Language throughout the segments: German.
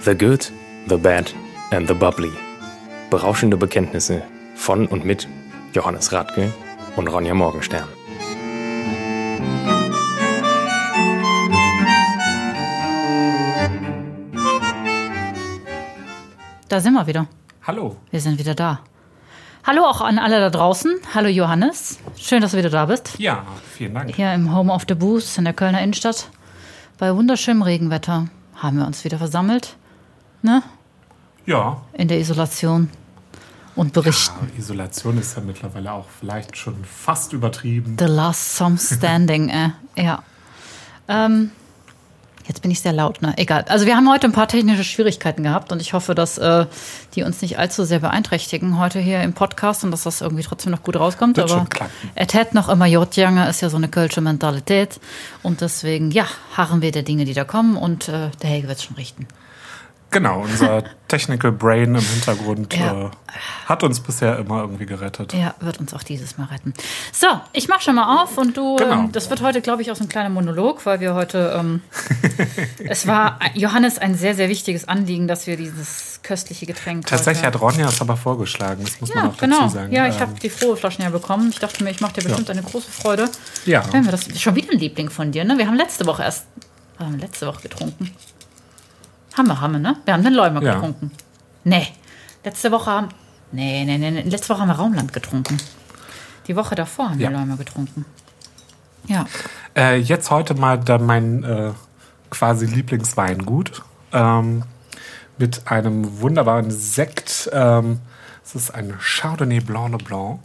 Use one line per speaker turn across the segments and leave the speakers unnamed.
The Good, The Bad and The Bubbly. Berauschende Bekenntnisse von und mit Johannes Radke und Ronja Morgenstern.
Da sind wir wieder.
Hallo.
Wir sind wieder da. Hallo auch an alle da draußen. Hallo Johannes. Schön, dass du wieder da bist.
Ja, vielen Dank.
Hier im Home of the Booth in der Kölner Innenstadt. Bei wunderschönem Regenwetter haben wir uns wieder versammelt. Ne?
Ja,
In der Isolation. Und berichten.
aber Isolation ist ja mittlerweile auch vielleicht schon fast übertrieben.
The last some standing, äh. Ja. Ähm, jetzt bin ich sehr laut, ne? Egal. Also wir haben heute ein paar technische Schwierigkeiten gehabt und ich hoffe, dass äh, die uns nicht allzu sehr beeinträchtigen heute hier im Podcast und dass das irgendwie trotzdem noch gut rauskommt.
Wird
aber
schon klappen.
et hat noch immer Jotjanger, ist ja so eine kölsche Mentalität. Und deswegen, ja, harren wir der Dinge, die da kommen und äh, der Helge wird schon richten.
Genau, unser Technical Brain im Hintergrund
Ja.
äh, hat uns bisher immer irgendwie gerettet.
Er wird uns auch dieses Mal retten. So, ich mach schon mal auf und du,
Genau.
ähm, das wird heute, glaube ich, auch so ein kleiner Monolog, weil wir heute, ähm, es war äh, Johannes ein sehr, sehr wichtiges Anliegen, dass wir dieses köstliche Getränk
Tatsächlich
heute,
hat Ronja es aber vorgeschlagen, das muss
ja,
man auch
genau.
dazu sagen.
Ja, ich
Ähm,
habe die frohe Flaschen ja bekommen. Ich dachte mir, ich mache dir bestimmt eine große Freude.
Ja.
Wenn wir das schon wieder ein Liebling von dir, ne? Wir haben letzte Woche erst, wir haben letzte Woche getrunken. Haben wir, haben wir, ne? Wir haben den Leumer
Ja.
getrunken. Nee. Letzte Woche haben, nee, nee, nee, nee. Letzte Woche haben wir Raumland getrunken. Die Woche davor haben
Ja.
wir Leumer getrunken. Ja.
Äh, jetzt heute mal da mein äh, quasi Lieblingsweingut ähm, mit einem wunderbaren Sekt. Ähm, es ist ein Chardonnay Blanc Le Blanc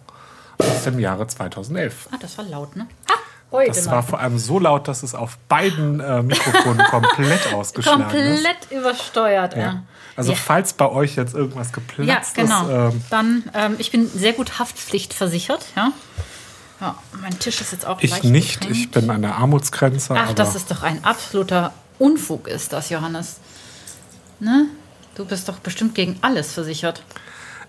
aus dem Jahre 2011.
Ah, das war laut, ne? Ah, heute
Das
mal.
war vor allem so laut, dass es auf beiden äh, Mikrofonen komplett ausgeschlagen ist.
komplett übersteuert.
ne? Ja.
Ja.
Also
ja.
falls bei euch jetzt irgendwas
Ja,
geplatzt
genau.
ist, ähm,
Dann, ähm, ich bin sehr gut haftpflichtversichert, ja. Ja, mein Tisch ist jetzt auch
ich
leicht
nicht.
gekränkt.
Ich bin an der Armutsgrenze.
Ach,
aber
dass es doch ein absoluter Unfug ist, das Johannes. Ne? Du bist doch bestimmt gegen alles versichert.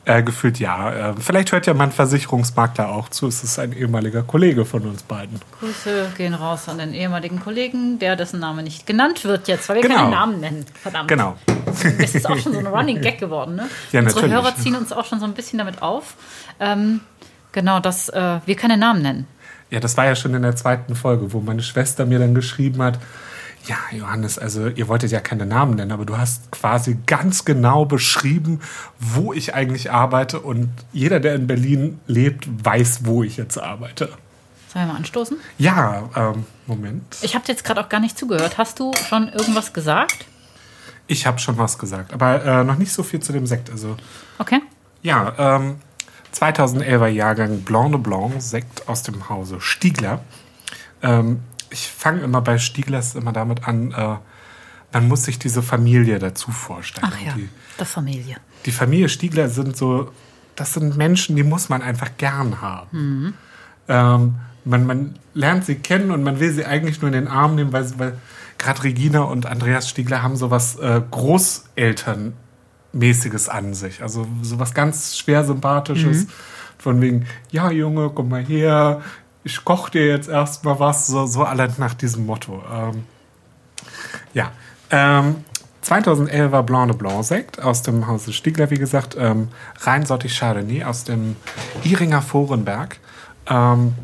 Äh, gefühlt ja. Äh, vielleicht hört ja mein Versicherungsmakler auch zu. Es ist ein ehemaliger Kollege von uns beiden.
Grüße gehen raus an den ehemaligen Kollegen, der dessen Name nicht genannt wird jetzt, weil wir
Genau.
keinen Namen nennen. Verdammt.
Genau.
Es ist auch schon so ein Running Gag geworden. Ne?
Ja,
Unsere
natürlich.
Hörer ziehen uns auch schon so ein bisschen damit auf. Ähm, genau, dass äh, wir keine Namen nennen.
Ja, das war ja schon in der zweiten Folge, wo meine Schwester mir dann geschrieben hat, ja, Johannes, also ihr wolltet ja keine Namen nennen, aber du hast quasi ganz genau beschrieben, wo ich eigentlich arbeite und jeder, der in Berlin lebt, weiß, wo ich jetzt arbeite.
Sollen wir mal anstoßen?
Ja, ähm, Moment.
Ich habe jetzt gerade auch gar nicht zugehört. Hast du schon irgendwas gesagt?
Ich habe schon was gesagt, aber äh, noch nicht so viel zu dem Sekt. Also
Okay.
Ja, ähm, 2011er Jahrgang Blanc de Blanc, Sekt aus dem Hause Stiegler. Ähm, ich fange immer bei Stieglers immer damit an, äh, man muss sich diese Familie dazu vorstellen.
Ach ja,
die,
der Familie.
die Familie Stiegler sind so, das sind Menschen, die muss man einfach gern haben. Ähm, man, man lernt sie kennen und man will sie eigentlich nur in den Arm nehmen, weil, sie- weil gerade Regina und Andreas Stiegler haben sowas äh, Großelternmäßiges an sich. Also sowas ganz schwer Sympathisches. Von wegen, ja Junge, komm mal her, ich koche dir jetzt erstmal was, so, so alle nach diesem Motto. Ähm, ja. Ähm, 2011 war Blanc de Blanc Sekt aus dem Hause Stiegler, wie gesagt. Ähm, reinsortig Chardonnay aus dem Iringer Forenberg. Ähm,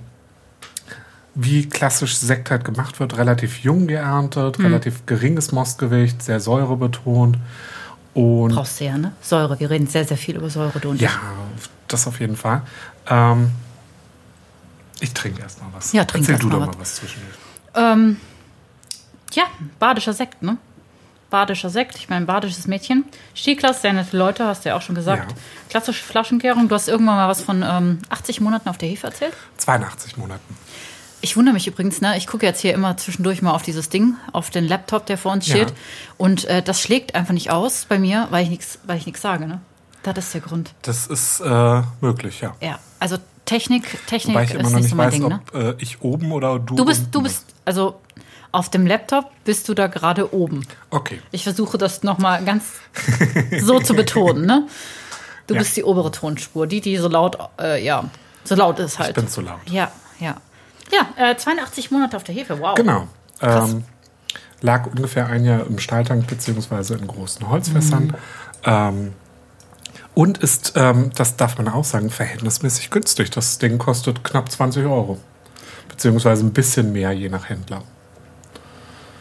wie klassisch Sekt halt gemacht wird, relativ jung geerntet,
Mhm.
relativ geringes Mostgewicht, sehr säurebetont. Und
Brauchst du ja, ne? Säure. Wir reden sehr, sehr viel über Säure, du und
ja, das auf jeden Fall. Ähm, ich trinke erstmal was.
Ja, trink
Erzähl
erst
du
mal
doch
was.
mal was zwischendurch.
ich. Ähm, ja, badischer Sekt, ne? Badischer Sekt, ich meine, badisches Mädchen. Skiclass, sehr nette Leute, hast du ja auch schon gesagt.
Ja.
Klassische Flaschengärung. Du hast irgendwann mal was von ähm, 80 Monaten auf der Hefe erzählt.
82 Monaten.
Ich wundere mich übrigens, ne? ich gucke jetzt hier immer zwischendurch mal auf dieses Ding, auf den Laptop, der vor uns
Ja.
steht. Und äh, das schlägt einfach nicht aus bei mir, weil ich nichts weil ich nix sage. Ne? Das ist der Grund.
Das ist äh, möglich, ja.
Ja, also Technik, Technik
Weil ich immer
ist
noch
nicht
nicht
so mein
weiß,
Ding. Ne?
ob äh, ich oben oder du.
Du bist,
unten
du bist, also auf dem Laptop bist du da gerade oben.
Okay.
Ich versuche das nochmal ganz so zu betonen, ne? Du
Ja.
bist die obere Tonspur, die, die so laut, äh, ja, so laut ist halt.
bin zu laut.
Ja, ja. Ja, äh, 82 Monate auf der Hefe, wow.
Genau.
Krass.
Ähm, lag ungefähr ein Jahr im Stahltank beziehungsweise in großen Holzfässern.
Mhm.
Ähm, und ist, ähm, das darf man auch sagen, verhältnismäßig günstig. Das Ding kostet knapp 20 Euro. Beziehungsweise ein bisschen mehr, je nach Händler.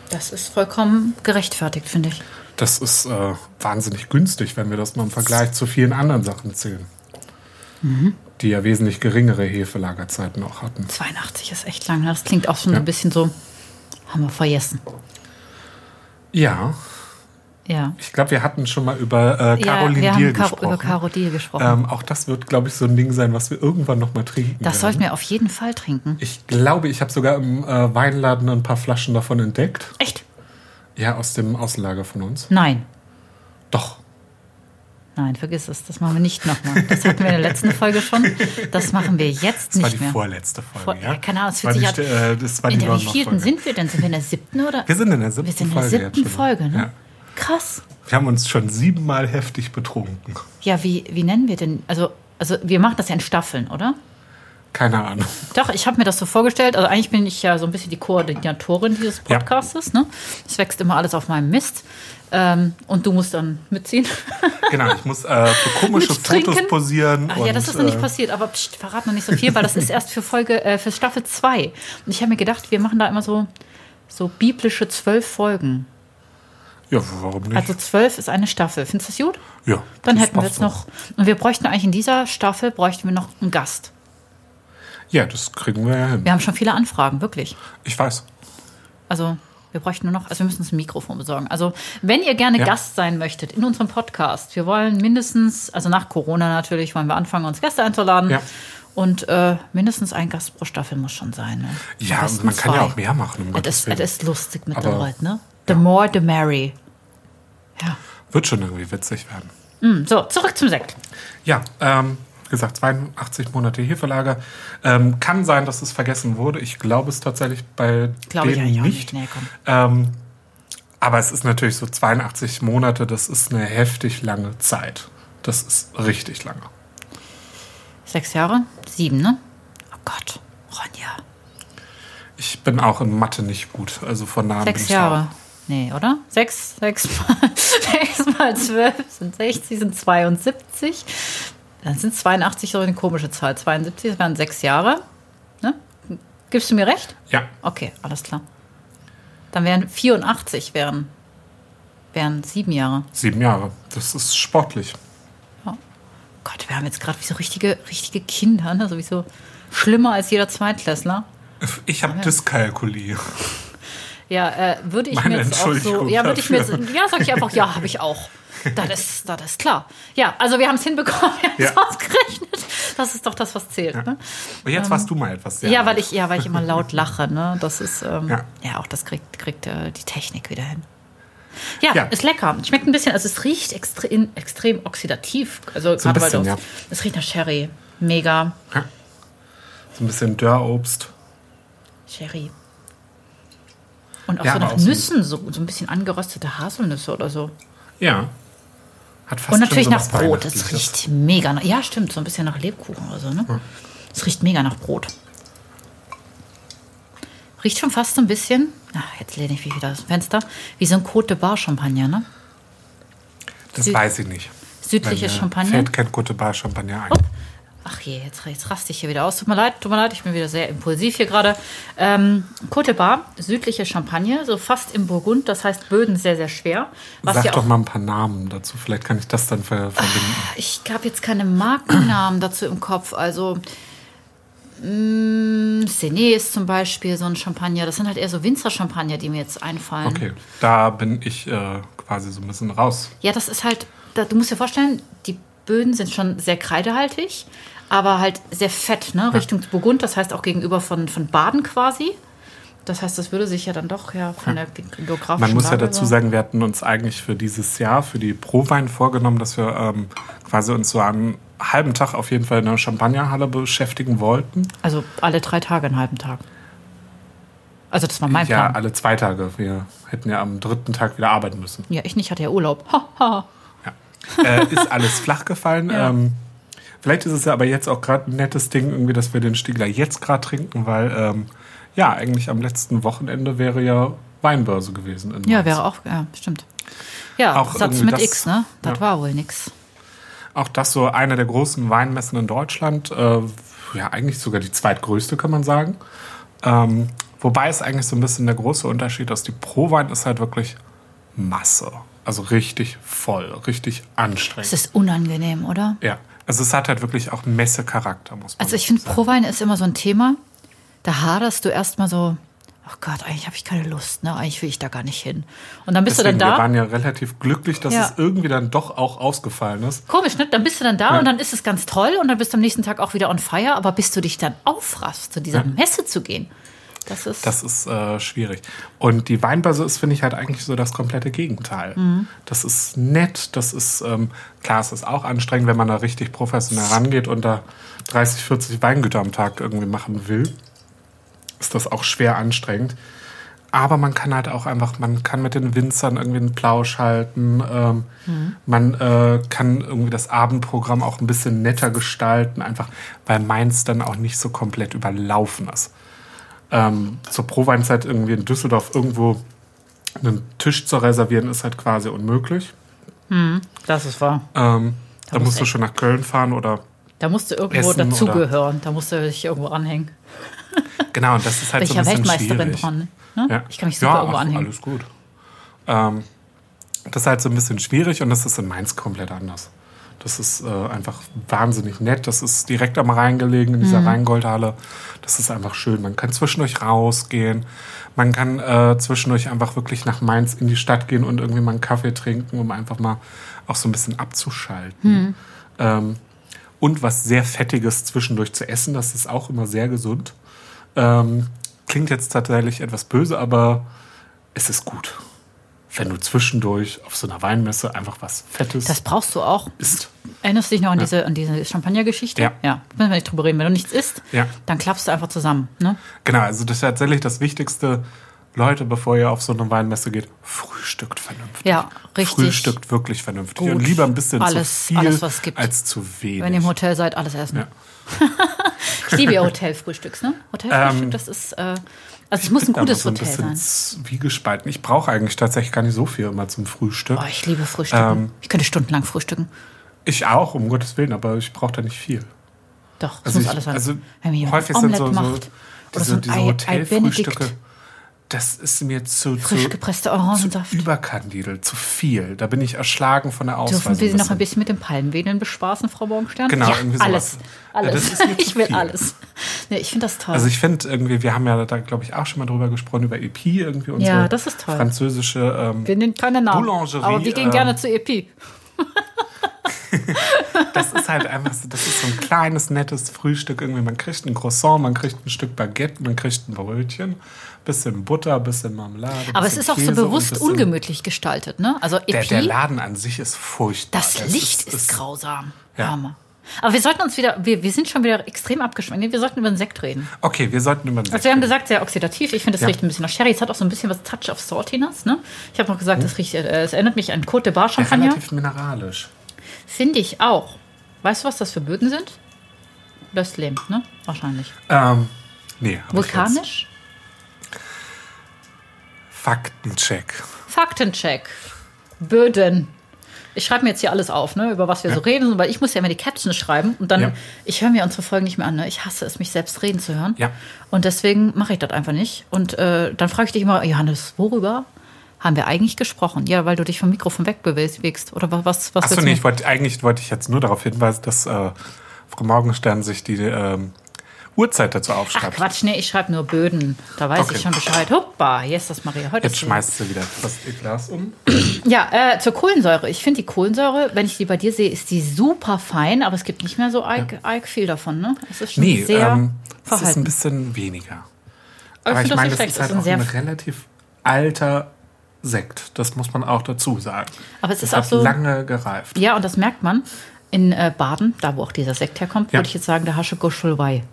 Das ist vollkommen gerechtfertigt, finde ich.
Das ist äh, wahnsinnig günstig, wenn wir das mal im Vergleich zu vielen anderen Sachen zählen.
Mhm.
Die ja wesentlich geringere Hefelagerzeiten auch hatten.
82 ist echt lang. ne? Das klingt auch schon
Ja.
so ein bisschen so, haben wir vergessen.
Ja,
Ja.
ich glaube, wir hatten schon mal über äh, Caroline
ja, wir
Diel
haben Kar-
gesprochen.
über Caro Diel gesprochen.
ähm, auch das wird, glaube ich, so ein Ding sein, was wir irgendwann noch mal trinken
das
werden.
sollten wir auf jeden Fall trinken.
Ich glaube, ich habe sogar im äh, Weinladen ein paar Flaschen davon entdeckt.
Echt?
Ja, aus dem Außenlager von uns.
Nein.
Doch.
Nein, vergiss es. Das machen wir nicht nochmal. Das hatten wir in der letzten Folge schon. Das machen wir jetzt
Das war
nicht
die
mehr.
vorletzte Folge.
Vor-
ja?
ja, keine Ahnung, es
war
fühlt
die,
sich
äh, das war
in
die
der
Neuner
wievielten
Folge.
sind wir denn? Sind wir in der siebten oder?
Wir sind in der siebten
Wir sind in der
Folge. jetzt
siebten
schon.
Folge, ne?
Ja.
Krass.
Wir haben uns schon siebenmal heftig betrunken.
Ja, wie, wie nennen wir denn? Also, also, wir machen das ja in Staffeln, oder?
Keine Ahnung.
Doch, ich habe mir das so vorgestellt. Also eigentlich bin ich ja so ein bisschen die Koordinatorin dieses
Ja.
Podcastes. Ne? Es wächst immer alles auf meinem Mist. Ähm, und du musst dann mitziehen.
Genau, ich muss äh, für komische
Mit Trinken?
Fotos posieren.
Ach
und,
ja, das ist noch nicht
äh,
passiert, aber pst, verrat noch nicht so viel, weil das ist erst für Folge, äh, für Staffel 2. Und ich habe mir gedacht, wir machen da immer so, so biblische zwölf Folgen.
Ja, warum nicht?
Also zwölf ist eine Staffel. Findest du das gut?
ja,
Dann
das
hätten wir
macht
jetzt
so.
noch. Und wir bräuchten eigentlich in dieser Staffel bräuchten wir noch einen Gast.
Ja, das kriegen wir ja hin.
Wir haben schon viele Anfragen, wirklich.
Ich weiß.
Also wir bräuchten nur noch, also wir müssen uns ein Mikrofon besorgen. Also wenn ihr gerne
Ja.
Gast sein möchtet in unserem Podcast, wir wollen mindestens, also nach Corona natürlich, wollen wir anfangen, uns Gäste einzuladen.
Ja.
Und äh, mindestens ein Gast pro Staffel muss schon sein. Ne? Am
Ja,
besten
man kann ja
zwei.
auch mehr machen. um
Es
Gottes
ist,
Willen.
es ist lustig mit den
Aber-
Leuten, ne? The more, the merry. Ja.
Wird schon irgendwie witzig werden.
Hm, so, zurück zum Sekt.
Ja, ähm, wie gesagt, 82 Monate Hefelager. Ähm, kann sein, dass es vergessen wurde. Ich glaube es tatsächlich bei
Glaube ich
denen
eigentlich auch nicht.
nicht.
Nee, komm.
Ähm, aber es ist natürlich so 82 Monate, das ist eine heftig lange Zeit. Das ist richtig lange.
Sechs Jahre? Sieben, ne? Oh Gott, Ronja.
Ich bin auch in Mathe nicht gut, also von Namen bin
Sechs
ich
Jahre. Nee, oder? Sechs, sechs mal, sechs mal zwölf sind 60, sind 72. Dann sind 82 so eine komische Zahl. 72, das wären sechs Jahre. Ne? Gibst du mir recht?
auch- Ja,
Okay, alles klar. Dann wären 84, wären, wären sieben Jahre.
sieben Jahre. Das ist sportlich.
Gott, wir haben jetzt gerade wie so richtige, richtige Kinder, ne? Sowieso schlimmer als jeder Zweitklässler.
Ich habe Dyskalkulie.
Ja, äh, würde ich
Meine
mir jetzt auch so.
Entschuldigung
Ja, würde ich mir jetzt,
dafür.
ja, sag ich einfach, ja, habe ich auch. Das ist, das ist klar. Ja, also wir haben es hinbekommen, wir haben es
Ja.
ausgerechnet. Das ist doch das, was zählt. Ne?
Und jetzt warst du mal etwas sehr.
Ja, weil ich, ja, weil ich immer laut lache. Ne? Das ist, ähm, ja.
Ja.
auch das kriegt, kriegt äh, die Technik wieder hin. Ja,
Ja.
ist lecker. Schmeckt ein bisschen, also es riecht extre in, extrem oxidativ. Also
So ein
gerade weil du,
bisschen,
es riecht nach Sherry. Mega
Ja. So ein bisschen Dörrobst.
Sherry. Und auch
Ja,
so
aber
nach
auch so ein-
Nüssen, so, so ein bisschen angeröstete Haselnüsse oder so.
Ja. Hat fast
Und
schon
natürlich
so
nach
was
Brot. Es
Weihnachtliches.
riecht mega nach. Ja, stimmt, so ein bisschen nach Lebkuchen oder so, ne? Es riecht mega nach Brot. Riecht schon fast so ein bisschen, ach, jetzt lehne ich mich wieder aus dem Fenster, wie so ein Cote Bar Champagner, ne?
Das
Sü-
weiß ich nicht.
Südliches
Weil mir
Champagner?
Fällt kein Cote Bar Champagner ein.
Ach je, jetzt, jetzt raste ich hier wieder aus. Tut mir leid, tut mir leid, ich bin wieder sehr impulsiv hier gerade. Ähm, Cote Bar, südliche Champagne, so fast im Burgund, das heißt Böden sehr, sehr schwer. Was
Sag
ja
doch
auch
mal ein paar Namen dazu. Vielleicht kann ich das dann ver verbinden.
Ich habe jetzt keine Markennamen dazu im Kopf. Also mm, Sené ist zum Beispiel so ein Champagner. Das sind halt eher so Winzer-Champagner, die mir jetzt einfallen.
Okay, da bin ich äh, quasi so ein bisschen raus.
Ja, das ist halt, da, du musst dir vorstellen, die Böden sind schon sehr kreidehaltig, aber halt sehr fett, ne? Richtung Burgund, das heißt auch gegenüber von, von Baden quasi. Das heißt, das würde sich ja dann doch ja von der geografischen
Man muss ja
Lage
dazu
so-
sagen, wir hatten uns eigentlich für dieses Jahr, für die Prowein vorgenommen, dass wir ähm, quasi uns so einen halben Tag auf jeden Fall in der Champagnerhalle beschäftigen wollten.
Also alle drei Tage einen halben Tag. Also das war mein
ja,
Plan.
alle zwei Tage. Wir hätten ja am dritten Tag wieder arbeiten müssen.
Ja, ich nicht, hatte ja Urlaub. Ha, ha.
äh, ist alles flach gefallen.
Ja.
Ähm, vielleicht ist es ja aber jetzt auch gerade ein nettes Ding, irgendwie, dass wir den Stiegler jetzt gerade trinken, weil ähm, ja, eigentlich am letzten Wochenende wäre ja Weinbörse gewesen. in
Ja,
Mainz.
wäre auch, ja, stimmt. Ja,
Auch
Satz
irgendwie
mit
das-
X, ne? Das
ja.
war wohl nix.
Auch das so eine der großen Weinmessen in Deutschland. Äh, ja, eigentlich sogar die zweitgrößte, kann man sagen. Ähm, wobei es eigentlich so ein bisschen der große Unterschied ist. Die Pro-Wein ist halt wirklich Masse. Also richtig voll, richtig
Es
anstrengend.
ist unangenehm, oder?
Ja, also es hat halt wirklich auch Messecharakter, muss man
Also ich
sagen.
finde, Prowein ist immer so ein Thema. Da haderst du erstmal so, ach Gott, eigentlich habe ich keine Lust, ne? Eigentlich will ich da gar nicht hin. Und dann bist
Deswegen,
du dann
wir
da.
waren ja relativ glücklich, dass
Ja.
es irgendwie dann doch auch ausgefallen ist.
Komisch, ne? Dann bist du dann da
Ja.
und dann ist es ganz toll und dann bist du am nächsten Tag auch wieder on fire, aber bis du dich dann aufraffst, zu dieser Messe zu gehen. Das ist.
Das ist äh, schwierig. Und die Weinbörse ist, finde ich, halt eigentlich so das komplette Gegenteil. Das ist nett, das ist, ähm, klar, es ist auch anstrengend, wenn man da richtig professionell rangeht und da 30, 40 Weingüter am Tag irgendwie machen will, ist das auch schwer anstrengend. Aber man kann halt auch einfach, man kann mit den Winzern irgendwie einen Plausch halten. Ähm, Man äh, kann irgendwie das Abendprogramm auch ein bisschen netter gestalten, einfach weil Mainz dann auch nicht so komplett überlaufen ist ähm, zur Pro-Weinzeit irgendwie in Düsseldorf irgendwo einen Tisch zu reservieren, ist halt quasi unmöglich.
das ist wahr.
Ähm, da
muss
musst du
echt-
schon nach Köln fahren oder.
Da musst du irgendwo
Essen oder-
dazugehören. Da musst du dich irgendwo anhängen.
Genau, und das ist halt
Bin
so
ich
ein
ja
bisschen
Weltmeisterin
schwierig.
dran. Ne?
Ja.
Ich kann mich super
ja,
irgendwo
ach,
anhängen.
Alles gut. Ähm, das ist halt so ein bisschen schwierig und das ist in Mainz komplett anders. Das ist äh, einfach wahnsinnig nett. Das ist direkt am Rhein gelegen, in dieser
Mhm.
Rheingoldhalle. Das ist einfach schön. Man kann zwischendurch rausgehen. Man kann äh, zwischendurch einfach wirklich nach Mainz in die Stadt gehen und irgendwie mal einen Kaffee trinken, um einfach mal auch so ein bisschen
Hm.
abzuschalten. Ähm, und was sehr Fettiges zwischendurch zu essen. Das ist auch immer sehr gesund. Ähm, klingt jetzt tatsächlich etwas böse, aber es ist gut. Wenn du zwischendurch auf so einer Weinmesse einfach was Fettes
Das brauchst du auch.
isst.
Erinnerst du dich noch an diese, an diese Champagner-Geschichte?
Ja.
ja. Müssen wir nicht drüber reden. Wenn du nichts isst,
Ja.
dann klappst du einfach zusammen. Ne?
Genau, also das ist tatsächlich das Wichtigste. Leute, bevor ihr auf so eine Weinmesse geht, frühstückt vernünftig.
Ja, richtig.
Frühstückt wirklich vernünftig.
Gut.
Und lieber ein bisschen
Alles-
zu viel
alles, was es gibt.
als zu wenig.
Wenn ihr im Hotel seid, alles essen.
Ja.
ich liebe ja Hotelfrühstücks, ne? Hotelfrühstück,
Ähm,
das ist. Äh, also, es muss ein
Da
gutes
muss Genau, so ein
Hotel
bisschen
sein.
z- wie gespalten. Ich brauche eigentlich tatsächlich gar nicht so viel immer zum Frühstück.
Oh, ich liebe Frühstücken.
Ähm,
ich könnte stundenlang frühstücken.
Ich auch, um Gottes Willen, aber ich brauche da nicht viel.
Doch, es
Also,
muss
ich,
alles sein.
also
Wenn mir jemand
häufig
ein
sind so,
Omelette
so
macht oder
diese,
so ein
diese
Ei- Ei
Hotelfrühstücke.
Benedikt.
Das ist mir zu,
frisch
zu,
gepresste
zu
Orangensaft.
überkandidelt, zu viel. Da bin ich erschlagen von der Auswahl.
Dürfen
so
wir sie noch ein bisschen mit den Palmwedeln bespaßen, Frau Morgenstern?
Genau,
ja,
irgendwie sowas.
alles.
Ja, das
alles.
ist mir zu
ich will
viel.
alles. Nee, ich finde das toll.
Also ich finde irgendwie, wir haben ja da, glaube ich, auch schon mal drüber gesprochen, über EP, irgendwie unsere
Ja, das ist toll.
französische ähm,
wir nennen keine Namen.
Boulangerie,
aber wir gehen
ähm,
gerne zu EP.
das ist halt einfach so, das ist so ein kleines, nettes Frühstück. Irgendwie, man kriegt ein Croissant, man kriegt ein Stück Baguette, man kriegt ein Brötchen, bisschen Butter, bisschen Marmelade.
Aber es
bisschen
ist auch so
also Käse und
bewusst
bisschen-
ungemütlich gestaltet, ne? Also EP,
Der, der Laden an sich ist furchtbar.
das
Es
Licht ist,
es-
grausam.
Ja.
Hammer. Aber wir sollten uns wieder, wir, wir sind schon wieder extrem abgeschwenkt. Nee, Wir sollten über den Sekt reden.
Okay, wir sollten über den
Also
Sekt
wir haben
reden.
gesagt, sehr oxidativ. Ich finde, es
Ja.
riecht ein bisschen nach Sherry. Es hat auch so ein bisschen was Touch of Saltiness. Ne? Ich habe noch
Hm.
gesagt, es riecht, äh, es erinnert mich an Côte de Bar
Ja,
Champagner.
relativ mineralisch.
Finde ich auch. Weißt du, was das für Böden sind? Das Lehm, ne? Wahrscheinlich.
Ähm, nee. hab ich jetzt.
Vulkanisch?
Faktencheck.
Faktencheck. Böden. Ich schreibe mir jetzt hier alles auf, ne, über was wir so reden, weil ich muss ja immer die Captions schreiben und dann,
Ja.
ich höre mir unsere Folgen nicht mehr an. Ne? Ich hasse es, mich selbst reden zu hören.
Ja.
Und deswegen mache ich das einfach nicht. Und äh, dann frage ich dich immer, Johannes, worüber haben wir eigentlich gesprochen? Ja, weil du dich vom Mikrofon wegbewegst. Oder wa- was, was
Achso,
willst
nee,
du-
ich wollte, eigentlich wollte ich jetzt nur darauf hinweisen, dass äh, Frau Morgenstern sich die ähm, Uhrzeit dazu
Ach
aufschreibt.
Quatsch, nee, ich schreibe nur Böden. Da weiß
Okay.
ich schon Bescheid. Huppa, yes, das Maria. Heute
Jetzt
ist sie-
schmeißt sie wieder das ihr Glas um.
Ja, äh, zur Kohlensäure. Ich finde die Kohlensäure, wenn ich die bei dir sehe, ist die super fein, aber es gibt nicht mehr so arg, arg viel davon. Ne? Es ist schon
Nee,
sehr
ähm, das ist ein
verhalten.
bisschen weniger.
Aber
Aber ich
finde
meine,
das
das
nicht
ist
schlecht.
halt
Es
auch
ist ein
ein
sehr-
relativ alter Sekt. Das muss man auch dazu sagen.
Aber es
Das
ist auch
hat
so-
lange gereift.
ja, und das merkt man. In äh, Baden, da wo auch dieser Sekt herkommt,
Ja.
würde ich jetzt sagen, der Hasche Goschulwei.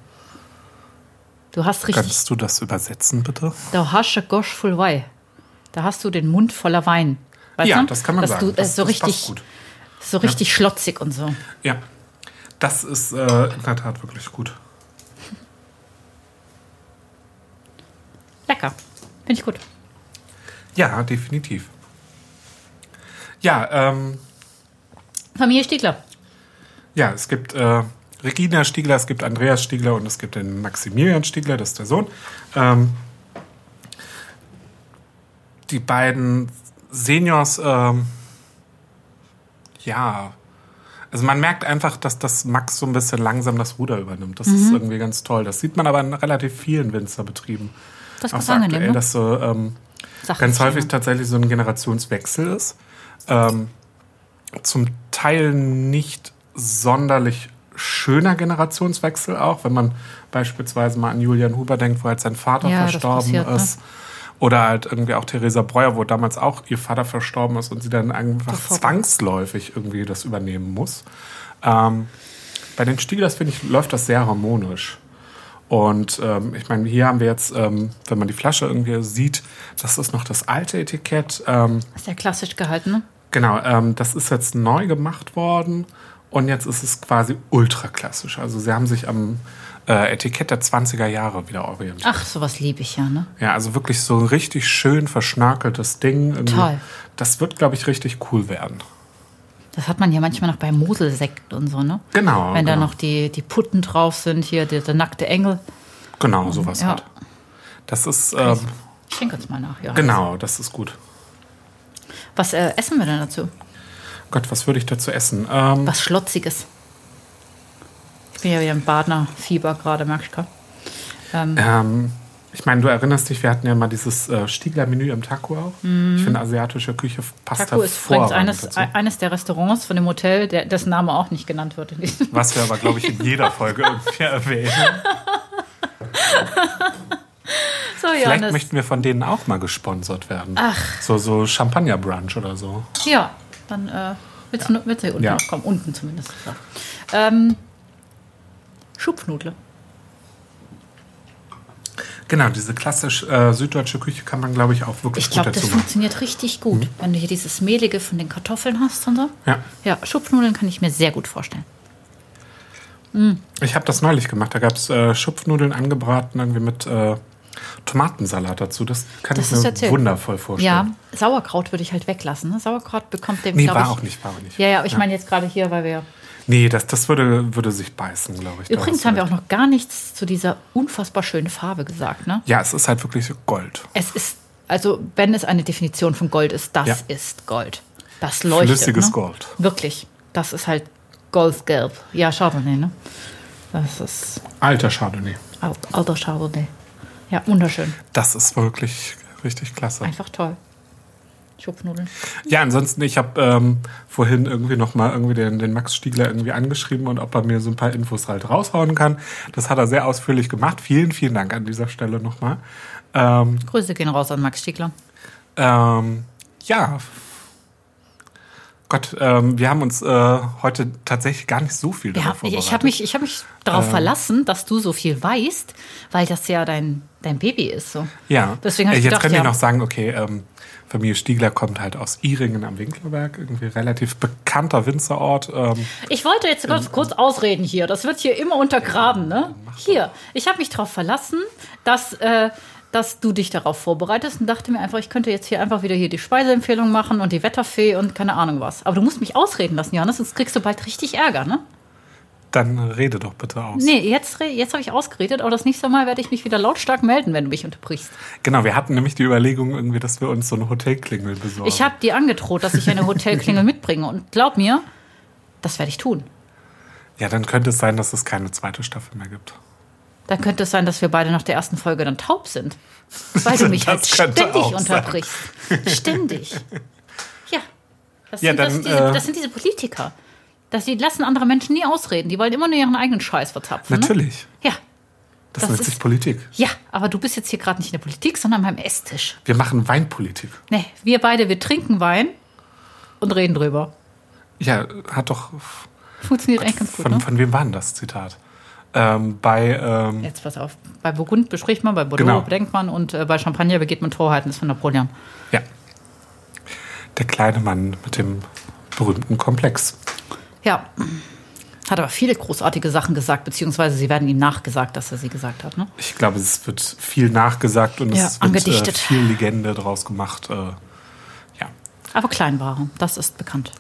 Du hast richtig,
Kannst du das übersetzen, bitte?
der Hasche Goschulwei. Da hast du den Mund voller Wein. Weißt
ja,
du?
das kann man
Dass
sagen.
Du,
das,
das so
das passt
richtig,
gut.
so richtig schlotzig und so.
Ja, das ist äh, in der Tat wirklich gut.
Lecker. Finde ich gut.
Ja, definitiv. Ja, ähm,
Familie Stiegler.
ja, es gibt äh, Regina Stiegler, es gibt Andreas Stiegler und es gibt den Maximilian Stiegler, das ist der Sohn. Ähm, die beiden Seniors, ähm, ja, also man merkt einfach, dass das Max so ein bisschen langsam das Ruder übernimmt. Das
Mhm.
ist irgendwie ganz toll. Das sieht man aber in relativ vielen Winzerbetrieben.
Das ist
Auch
ganz
so aktuell,
angenehm. Ne?
dass so ähm,
Sachlich,
ganz häufig
ja.
tatsächlich so ein Generationswechsel ist. Ähm, zum Teil nicht sonderlich schöner Generationswechsel auch, wenn man beispielsweise mal an Julian Huber denkt, wo halt sein Vater
Ja, das
verstorben
passiert, ne?
ist. Oder halt irgendwie auch Theresa Breuer, wo damals auch ihr Vater verstorben ist und sie dann einfach
Davor.
zwangsläufig irgendwie das übernehmen muss. Ähm, bei den Stieglers, finde ich, läuft das sehr harmonisch. Und ähm, ich meine, hier haben wir jetzt, ähm, wenn man die Flasche irgendwie sieht, das ist noch das alte Etikett. Ähm,
Ist ja klassisch gehalten, ne?
genau, ähm, das ist jetzt neu gemacht worden und jetzt ist es quasi ultraklassisch. Also sie haben sich am äh, Etikett der 20er Jahre wieder orientiert.
Ach, sowas liebe ich ja, ne?
Ja, also wirklich so ein richtig schön verschnörkeltes Ding. Irgendwie.
Toll.
Das wird, glaube ich, richtig cool werden.
Das hat man ja manchmal noch bei Moselsekt und so, ne?
Genau.
Wenn da
genau.
noch die, die Putten drauf sind, hier der, der nackte Engel.
Genau, sowas
Ja.
halt. Das ist, ähm,
Ich schenke uns mal nach, ja.
genau, das ist gut.
Was äh, essen wir denn dazu?
Gott, was würde ich dazu essen? Ähm,
Was Schlotziges. Ich bin ja wieder im Badner-Fieber gerade, merke ich gerade.
ähm, ich meine, du erinnerst dich, wir hatten ja mal dieses äh, Stiegler-Menü im Taco auch. Ich finde, asiatische Küche passt
Mhm. Taco
da
ist übrigens
vor.
eines, e- eines der Restaurants von dem Hotel, der, dessen Name auch nicht genannt wird. in diesem-
Was wir aber, glaube ich, in jeder Folge irgendwie erwähnen.
So,
Vielleicht
Johannes.
möchten wir von denen auch mal gesponsert werden.
Ach.
So, so Champagner-Brunch oder so.
Ja, dann äh, willst, Du, willst du hier unten
Ja.
noch kommen? Unten zumindest. Ja. Ähm, Schubfnudle.
Genau, diese klassisch äh, süddeutsche Küche kann man, glaube ich, auch wirklich
Ich
gut
glaube, das
dazu machen. Mhm.
funktioniert richtig gut, wenn du hier dieses Mehlige von den Kartoffeln hast und so.
Ja.
Ja, Schupfnudeln kann ich mir sehr gut vorstellen.
Ich habe das neulich gemacht. Da gab es äh, Schupfnudeln angebraten, irgendwie mit äh, Tomatensalat dazu. Das kann
Das
ich
ist
mir
erzählt.
wundervoll vorstellen.
Ja, Sauerkraut würde ich halt weglassen. Ne? Sauerkraut bekommt dem,
Nee,
glaube
war
ich.
auch nicht, war auch nicht.
Ja, ja, ich meine jetzt gerade hier, weil wir.
Nee, das, das würde, würde sich beißen, glaube ich. Da halt
Übrigens
hast
haben
du
wir auch
recht.
noch gar nichts zu dieser unfassbar schönen Farbe gesagt. Ne?
Ja, es ist halt wirklich so Gold.
Es ist, also wenn es eine Definition von Gold ist, das
Ja.
ist Gold. Das leuchtet.
Flüssiges
ne?
Gold.
Wirklich. Das ist halt Goldgelb. Ja, Chardonnay, ne? Das ist
Alter Chardonnay.
al- alter Chardonnay. Ja, wunderschön.
Das ist wirklich richtig klasse.
Einfach toll. Schupfnudeln.
Ja, ansonsten, ich habe ähm, vorhin irgendwie nochmal irgendwie den, den Max Stiegler irgendwie angeschrieben und ob er mir so ein paar Infos halt raushauen kann. Das hat er sehr ausführlich gemacht. Vielen, vielen Dank an dieser Stelle nochmal. Ähm,
Grüße gehen raus an Max Stiegler.
ähm, ja. Gott, ähm, wir haben uns äh, heute tatsächlich gar nicht so viel
Ja,
darauf vorbereitet.
ich habe mich, ich hab mich darauf verlassen, dass du so viel weißt, weil das ja dein, dein Baby ist. So.
Ja,
Deswegen hab
Äh,
ich
jetzt
gedacht,
können wir
ja.
noch sagen, okay, ähm, Familie Stiegler kommt halt aus Iringen am Winklerberg, irgendwie relativ bekannter Winzerort. Ähm,
Ich wollte jetzt kurz, kurz ausreden hier. Das wird hier immer untergraben, ne? Hier, ich habe mich darauf verlassen, dass, äh, dass du dich darauf vorbereitest und dachte mir einfach, ich könnte jetzt hier einfach wieder hier die Speiseempfehlung machen und die Wetterfee und keine Ahnung was. Aber du musst mich ausreden lassen, Johannes, sonst kriegst du bald richtig Ärger, ne?
dann rede doch bitte aus.
Nee, jetzt, re- jetzt habe ich ausgeredet, aber das nächste Mal werde ich mich wieder lautstark melden, wenn du mich unterbrichst.
Genau, wir hatten nämlich die Überlegung irgendwie, dass wir uns so eine Hotelklingel besorgen.
Ich habe dir angedroht, dass ich eine Hotelklingel mitbringe und glaub mir, das werde ich tun.
ja, dann könnte es sein, dass es keine zweite Staffel mehr gibt.
Mhm. Dann könnte es sein, dass wir beide nach der ersten Folge dann taub sind. Weil du mich halt
Das könnte
ständig
auch sein.
unterbrichst. Ständig. Ja. Das,
Ja,
sind, das,
dann,
diese,
äh,
das sind diese Politiker. Dass die lassen andere Menschen nie ausreden. Die wollen immer nur ihren eigenen Scheiß verzapfen.
Natürlich,
Ne? Ja.
das,
Das
nennt
ist-
sich Politik.
Ja, aber du bist jetzt hier gerade nicht in der Politik, sondern beim Esstisch.
Wir machen Weinpolitik.
Nee, wir beide, wir trinken Wein und reden drüber.
Ja, hat doch...
Funktioniert eigentlich ganz gut,
Äh, von,
ne?
von wem war denn das Zitat? Ähm, bei... Ähm,
Jetzt pass auf. Bei Burgund bespricht man, bei Bordeaux
Genau.
denkt man und äh, bei Champagner begeht man Torheiten, das ist von Napoleon.
ja. Der kleine Mann mit dem berühmten Komplex.
Ja, Hat aber viele großartige Sachen gesagt, beziehungsweise sie werden ihm nachgesagt, dass er sie gesagt hat. Ne?
Ich glaube, es wird viel nachgesagt und
Ja,
es wird äh,
angedichtet.
viel Legende draus gemacht. Äh, ja.
Aber Kleinware, das ist bekannt.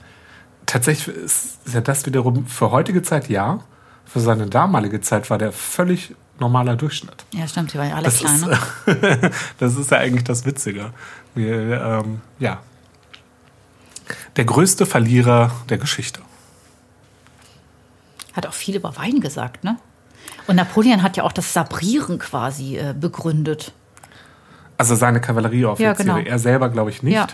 Tatsächlich ist ja das wiederum für heutige Zeit ja. Für seine damalige Zeit war der völlig normaler Durchschnitt.
Ja, stimmt, sie waren ja alle
Das
klein.
ist,
ne?
das ist ja eigentlich das Witzige. Wir, ähm, ja. Der größte Verlierer der Geschichte. äh,
Hat auch viel über Wein gesagt, ne? Und Napoleon hat ja auch das Sabrieren quasi äh, begründet.
Also seine Kavallerieoffiziere.
Ja, genau.
Er selber, glaube ich, nicht.
Ja,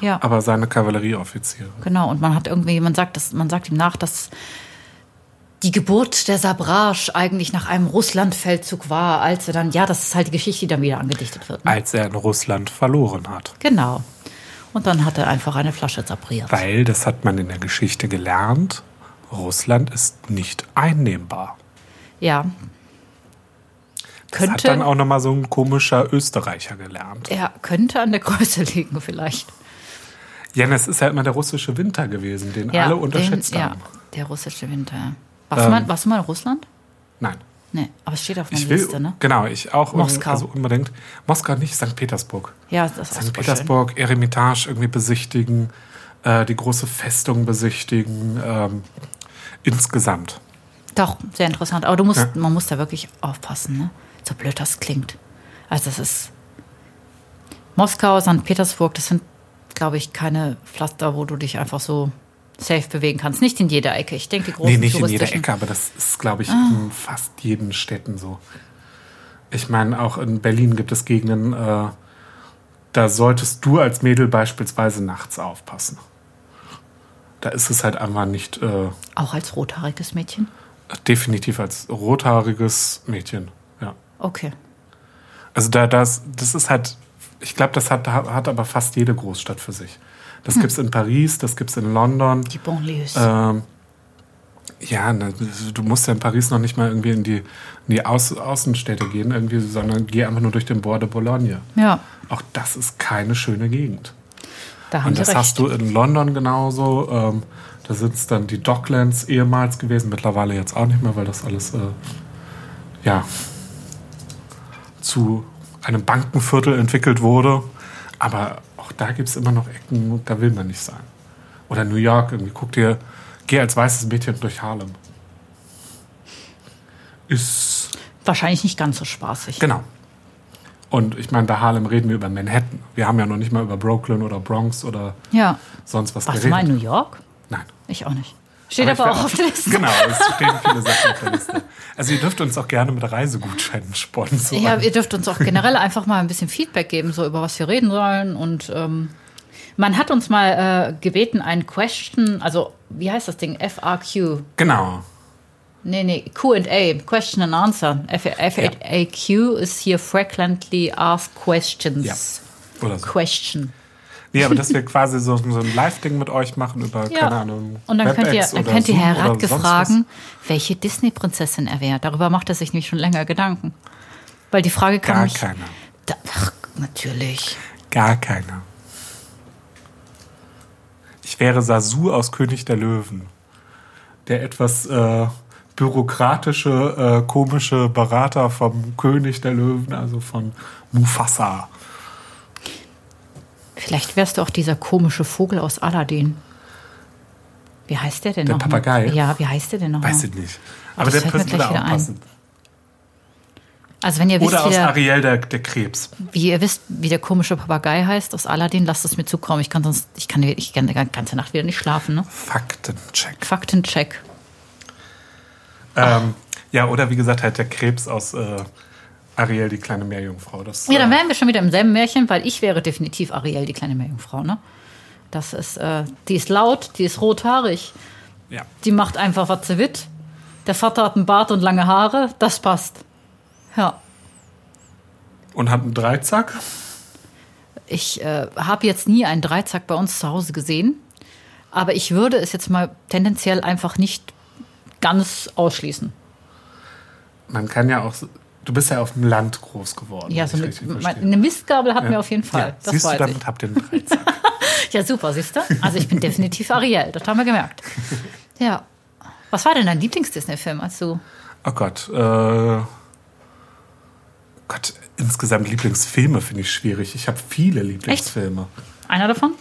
ja.
Aber seine Kavallerieoffiziere.
Genau, und man hat irgendwie, man sagt, das, man sagt ihm nach, dass die Geburt der Sabrage eigentlich nach einem Russlandfeldzug war, als er dann, ja, das ist halt die Geschichte, die dann wieder angedichtet wird. Ne?
Als er in Russland verloren hat.
Genau. Und dann hat er einfach eine Flasche sabriert.
Weil, das hat man in der Geschichte gelernt, Russland ist nicht einnehmbar.
Ja.
Das hat dann auch nochmal so ein komischer Österreicher gelernt.
er könnte an der Größe liegen vielleicht.
Ja, das ist ja immer der russische Winter gewesen, den alle unterschätzt
den,
haben.
Ja, der russische Winter. ja. Warst, du mal, warst du mal in Russland?
Nein.
Nee, aber es steht auf meiner
Ich will,
Liste, ne?
genau, ich auch un-
Moskau.
Also unbedingt. Moskau nicht, St. Petersburg.
Ja, das ist auch super
St.
schön.
Petersburg, Eremitage irgendwie besichtigen, äh, die große Festung besichtigen, ähm, insgesamt.
Doch, sehr interessant. Aber du musst,
Ja.
man muss da wirklich aufpassen, ne? So blöd das klingt. Also das ist Moskau, St. Petersburg, das sind, glaube ich, keine Pflaster, wo du dich einfach so safe bewegen kannst. Nicht in jeder Ecke. Ich denke, die großen
Nee, nicht in jeder
touristischen- Ah.
Ecke, aber das ist, glaube ich, in fast jeden Städten so. Ich meine, auch in Berlin gibt es Gegenden, äh, da solltest du als Mädel beispielsweise nachts aufpassen. Da ist es halt einfach nicht äh,
Auch als rothaariges Mädchen.
definitiv als rothaariges Mädchen. Ja.
Okay.
Also da das, das ist halt, ich glaube, das hat, hat aber fast jede Großstadt für sich. Das gibt's in Paris, das gibt's in London.
Die Bonlieus.
Ähm, ja, ne, du musst ja in Paris noch nicht mal irgendwie in die, in die Auß Außenstädte gehen, irgendwie, sondern geh einfach nur durch den Bois de Boulogne.
ja,
Auch das ist keine schöne Gegend.
da haben
Und
sie
das
recht.
hast du in London genauso. Ähm, da sind es dann die Docklands ehemals gewesen, mittlerweile jetzt auch nicht mehr, weil das alles äh, ja zu einem Bankenviertel entwickelt wurde. Aber auch da gibt es immer noch Ecken, da will man nicht sein. Oder New York, irgendwie guck dir, geh als weißes Mädchen durch Harlem. Ist
Wahrscheinlich nicht ganz so spaßig.
Genau. Und ich meine, bei Harlem reden wir über Manhattan. Wir haben ja noch nicht mal über Brooklyn oder Bronx oder
Ja.
sonst was
Warst du
geredet.
mal in New York?
Nein.
Ich auch nicht. Steht
ich
aber,
wär
auch auf der Liste.
Genau, es stehen viele Sachen auf der Liste. Also ihr dürft uns auch gerne mit Reisegutscheinen sponsern.
Ja, ihr dürft uns auch generell einfach mal ein bisschen Feedback geben, so über was wir reden sollen. Und ähm, man hat uns mal äh, gebeten, ein Question, also wie heißt das Ding? FAQ.
Genau.
Nee, nee, QA, Question and Answer. F- FAQ ist hier Frequently Asked
Ja.
Questions.
Oder so.
Question.
Nee, aber dass wir quasi so, so ein Live-Ding mit euch machen über,
Ja.
keine Ahnung,
Und dann könnt ihr,
WebEx
dann
oder
könnt ihr
Zoom
Herr
oder
Radke
sonst was.
fragen, welche Disney-Prinzessin er wäre. Darüber macht er sich nämlich schon länger Gedanken. Weil die Frage kam.
Gar
nicht-
keiner.
Da, ach, natürlich.
Gar keiner. Ich wäre Sasu aus König der Löwen. Der etwas äh, bürokratische, äh, komische Berater vom König der Löwen, also von Mufasa.
Vielleicht wärst du auch dieser komische Vogel aus Aladdin. Wie heißt der denn
Der
noch? mal?
Papagei?
Ja, wie heißt der denn noch?
Weiß
mal?
ich nicht. Aber
Das
der
fällt mir
Prinz würde
gleich
auch
wieder ein.
passen.
Also wenn ihr wisst,
Oder
wie
aus
der,
Ariel der, der Krebs.
wie ihr wisst, wie der komische Papagei heißt aus Aladdin, lasst es mir zukommen. Ich kann sonst, ich kann, ich kann die ganze Nacht wieder nicht schlafen. Ne?
Faktencheck.
Faktencheck. Ah.
Ähm, ja, oder wie gesagt, halt der Krebs aus äh, Ariel, die kleine Meerjungfrau. Das,
Ja, dann
äh,
wären wir schon wieder im selben Märchen, weil ich wäre definitiv Ariel, die kleine Meerjungfrau. Ne? Das ist, äh, die ist laut, die ist rothaarig,
ja.
die macht einfach was sie will. Der Vater hat einen Bart und lange Haare, das passt. Ja.
Und hat einen Dreizack.
Ich äh, habe jetzt nie einen Dreizack bei uns zu Hause gesehen, aber ich würde es jetzt mal tendenziell einfach nicht ganz ausschließen.
Man kann ja auch. so- Du bist ja auf dem Land groß geworden.
Ja,
wenn
so
ich
eine,
richtig
mein-
verstehe.
eine Mistgabel hatten wir auf jeden
Ja,
Fall. das
siehst du,
weiß
damit habt ihr einen Dreizack.
ich. Ja, super, siehst du? Also ich bin definitiv Ariel, das haben wir gemerkt. Ja. Was war denn dein Lieblings-Disney-Film, als du.
Oh Gott, äh, Gott, insgesamt Lieblingsfilme finde ich schwierig. Ich habe viele Lieblingsfilme.
Einer davon?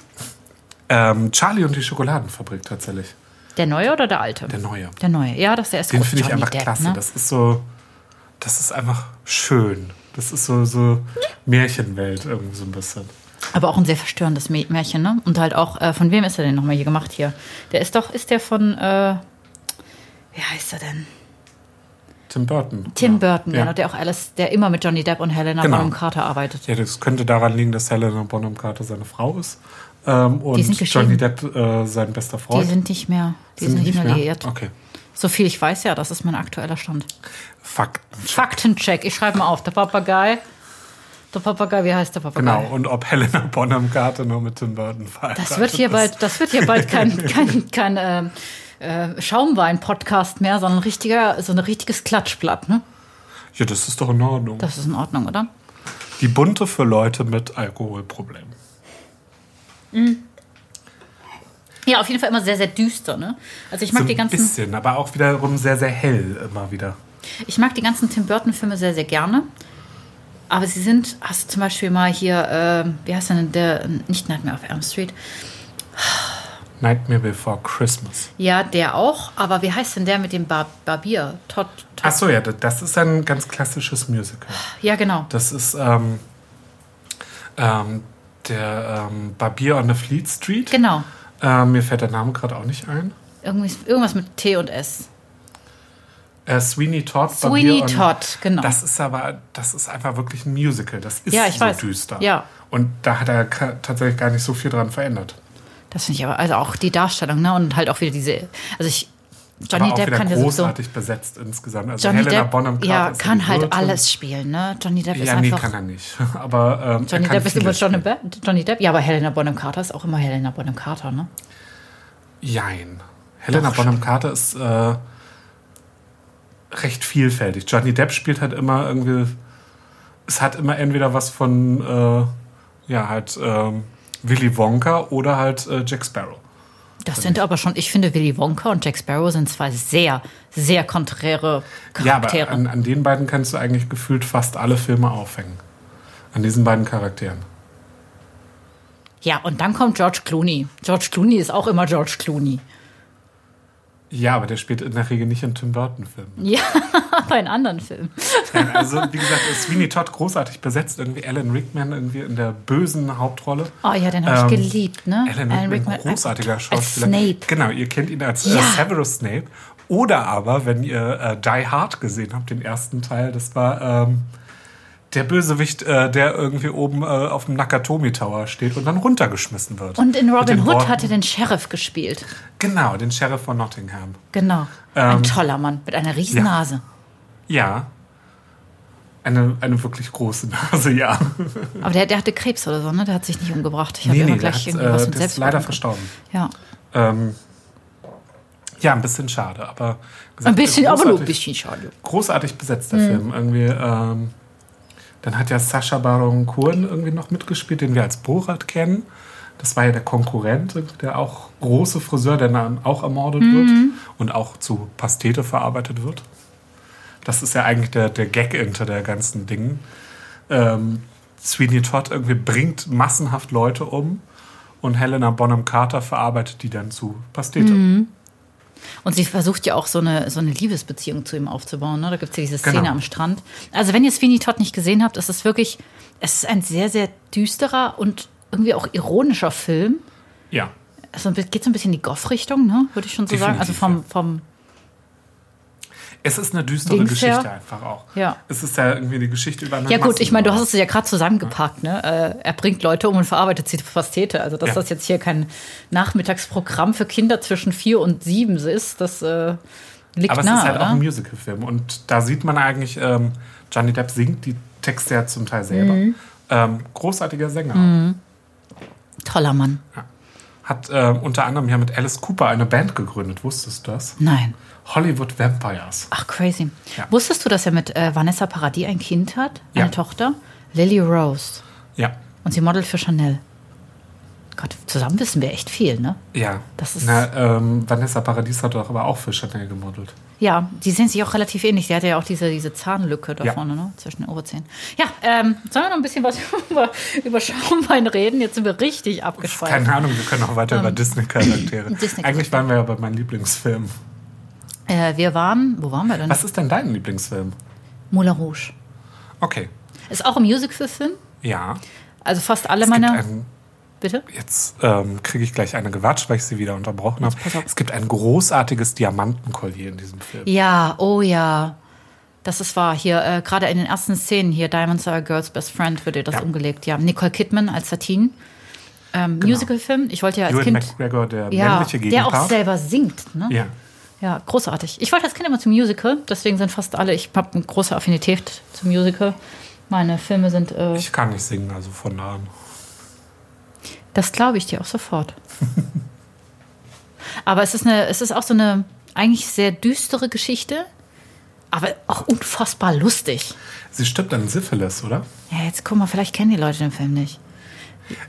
Ähm, Charlie und die Schokoladenfabrik tatsächlich.
Der neue oder der alte?
Der neue.
Der neue. Ja, das ist der erste.
Den finde ich einfach klasse.
ne?
Das ist so, das ist einfach schön. Das ist so, so Märchenwelt irgendwie so ein bisschen.
Aber auch ein sehr verstörendes Mä- Märchen, ne? Und halt auch, äh, von wem ist er denn nochmal hier gemacht hier? Der ist doch, ist der von, äh, wie heißt er denn?
Tim Burton.
Tim
Ja.
Burton,
ja.
genau, der auch alles, der immer mit Johnny Depp und Helena
Genau.
Bonham Carter arbeitet.
Ja, das könnte daran liegen, dass Helena Bonham Carter seine Frau ist. Ähm, und
sind geschieden.
Johnny Depp äh, sein bester
Die
Freund.
sind nicht mehr, die sind,
die
nicht mehr,
mehr?
liiert.
Okay.
So viel ich weiß ja, das ist mein aktueller Stand.
Fakten.
Faktencheck, ich schreibe mal auf. Der Papagei, der Papagei, wie heißt der Papagei?
Genau. Und ob Helena Bonham Carter noch mit Tim Burton verheiratet
Das wird hier
ist.
bald, das wird hier bald kein, kein, kein ähm, äh, Schaumwein-Podcast mehr, sondern ein richtiger, so ein richtiges Klatschblatt, ne?
Ja, das ist doch in Ordnung.
Das ist in Ordnung, oder?
Die bunte für Leute mit Alkoholproblemen.
Ja, auf jeden Fall immer sehr, sehr düster, ne? Also ich mag
So
die
ein
ganzen.
bisschen, aber auch wiederum sehr, sehr hell immer wieder.
Ich mag die ganzen Tim Burton-Filme sehr, sehr gerne. Aber sie sind, hast du zum Beispiel mal hier, ähm, wie heißt denn der, nicht Nightmare auf Elm Street.
Nightmare Before Christmas.
Ja, der auch, aber wie heißt denn der mit dem Bar Barbier? Todd, Todd.
Achso, ja, das ist ein ganz klassisches Musical.
Ja, genau.
Das ist ähm, ähm, der ähm, Barbier on the Fleet Street.
Genau.
Ähm, mir fällt der Name gerade auch nicht ein.
Irgendwie, irgendwas mit T und S.
Äh, Sweeney Todd.
Sweeney
Barbier on-
Todd, genau.
Das ist aber, das ist einfach wirklich ein Musical. Das ist
Ja, ich
so
weiß.
düster.
Ja.
Und da hat er ka- tatsächlich gar nicht so viel dran verändert.
Das finde ich aber, also auch die Darstellung, ne? Und halt auch wieder diese, also ich, Johnny
aber auch
Depp
wieder
kann ja sowieso.
großartig besetzt insgesamt. Also
Johnny
Helena
Depp
Bonham Carter
ja,
ist
kann
die
halt
Wirtin.
alles spielen, ne? Johnny Depp ist
Ja, nee,
einfach.
kann er nicht. Aber
Johnny
ähm, er kann
Depp ist
vieles
immer Johnny,
spielen.
Be Johnny Depp. Ja, aber Helena Bonham Carter ist auch immer Helena Bonham Carter, ne?
Jein. Helena Bonham Carter ist äh, recht vielfältig. Johnny Depp spielt halt immer irgendwie. Es hat immer entweder was von äh, ja halt ähm, Willy Wonka oder halt äh, Jack Sparrow.
Das sind aber schon, ich finde, Willy Wonka und Jack Sparrow sind zwei sehr, sehr konträre
Ja, aber ähm,
Charaktere.
an, an den beiden kannst du eigentlich gefühlt fast alle Filme aufhängen. An diesen beiden Charakteren.
Ja, und dann kommt George Clooney. George Clooney ist auch immer George Clooney.
Ja, aber der spielt in der Regel nicht in Tim Burton-Filmen.
Ja, aber in anderen Filmen.
Also, wie gesagt, ist Sweeney Todd großartig besetzt. Irgendwie Alan Rickman irgendwie in der bösen Hauptrolle.
Oh ja, den habe ich
Ähm,
geliebt, ne?
Alan Rickman, großartiger Schauspieler.
Als Snape.
Genau, ihr kennt ihn als
Ja.
äh, Severus Snape. Oder aber, wenn ihr äh, Die Hard gesehen habt, den ersten Teil, das war ähm, der Bösewicht, äh, der irgendwie oben äh, auf dem Nakatomi Tower steht und dann runtergeschmissen wird.
Und in
Mit
Robin
den
Hood
Worten-
hat er den Sheriff gespielt.
Genau, den Sheriff von Nottingham.
Genau. Ein toller Mann mit einer riesen
Ähm, ja.
Nase.
Ja. Eine, eine wirklich große Nase, ja.
Aber der, der hatte Krebs oder so, ne? Der hat sich nicht umgebracht. Ich habe
Nee,
immer
nee, der,
gleich
hat, äh,
irgendwie was mit
der ist leider
Selbstmord.
verstorben.
Ja.
Ähm, ja, ein bisschen schade, aber
Ein bisschen, aber nur ein
großartig-
bisschen schade.
großartig besetzt, der Film. Irgendwie, ähm, dann hat ja Sascha Baron Cohen irgendwie noch mitgespielt, den wir als Borat kennen. Das war ja der Konkurrent, der auch große Friseur, der dann auch ermordet wird und auch zu Pastete verarbeitet wird. Das ist ja eigentlich der, der Gag hinter der ganzen Dingen. Ähm, Sweeney Todd irgendwie bringt massenhaft Leute um und Helena Bonham Carter verarbeitet die dann zu Pastete.
Und sie versucht ja auch so eine, so eine Liebesbeziehung zu ihm aufzubauen. Ne? Da gibt es ja diese Szene
Genau.
am Strand. Also wenn ihr Sweeney Todd nicht gesehen habt, ist es wirklich, es ist ein sehr, sehr düsterer und irgendwie auch ironischer Film.
Ja.
Also geht so ein bisschen in die Goff-Richtung, ne? würde ich schon so sagen. Also
Definitiv,
vom, vom
Es ist eine düstere
Dings
Geschichte
her.
einfach auch.
Ja.
Es ist ja irgendwie die Geschichte über einen
ja gut, ich meine, du hast
Massenmord.
es ja gerade zusammengepackt. Ne? Äh, er bringt Leute um und verarbeitet sie zu Pastete. Also dass
Ja.
das jetzt hier kein Nachmittagsprogramm für Kinder zwischen vier und sieben ist, das äh, liegt
Aber es
nahe,
ist halt
oder?
auch ein Musicalfilm. Und da sieht man eigentlich, ähm, Johnny Depp singt die Texte ja zum Teil selber.
Mhm.
Ähm, großartiger Sänger.
Toller Mann.
Hat ähm, unter anderem ja mit Alice Cooper eine Band gegründet. Wusstest du das?
Nein.
Hollywood Vampires.
Ach, crazy.
Ja.
Wusstest du, dass er mit äh, Vanessa Paradis ein Kind hat? Eine
Ja.
Tochter? Lily Rose.
Ja.
Und sie modelt für Chanel. Gott, zusammen wissen wir echt viel, ne?
Ja.
Das ist-
Na, ähm, Vanessa Paradies hat doch aber auch für Chanel gemodelt.
Ja, die sehen sich auch relativ ähnlich. Der hat ja auch diese, diese Zahnlücke da
Ja.
vorne, ne? Zwischen den Oberzähnen. Ja, ähm, sollen wir noch ein bisschen was über, über Schaumwein reden? Jetzt sind wir richtig abgeschweift.
Keine Ahnung, wir können auch weiter über Disney-Charaktere.
Ähm, Disney-Charaktere.
Eigentlich waren wir ja bei meinem Lieblingsfilm.
Äh, wir waren, wo waren wir denn?
Was ist denn dein Lieblingsfilm?
Moulin Rouge.
Okay.
Ist auch ein Musical-Film.
Ja.
Also fast alle
Es gibt
meiner.
einen,
Bitte?
jetzt ähm, kriege ich gleich eine gewatscht, weil ich sie wieder unterbrochen habe.
pass auf.
Es gibt ein großartiges Diamantenkollier in diesem Film.
Ja, oh ja. Das ist wahr. Hier, äh, gerade in den ersten Szenen hier, Diamonds are a Girl's Best Friend, wird ihr das
Ja.
umgelegt. Ja, Nicole Kidman als Satine. Ähm, Musical-Film. Ich wollte ja als
Genau. Ewan
Kind.
McGregor, der
Ja,
männliche
der
Gegenpart.
auch selber singt. Ne?
ja.
Ja, großartig. Ich wollte als Kind immer zum Musical, deswegen sind fast alle, ich habe eine große Affinität zum Musical. Meine Filme sind, äh,
Ich kann nicht singen, also von da an.
das glaube ich dir auch sofort. aber es ist, eine, es ist auch so eine eigentlich sehr düstere Geschichte, aber auch unfassbar lustig.
Sie stirbt an Syphilis, oder?
Ja, jetzt guck mal, vielleicht kennen die Leute den Film nicht.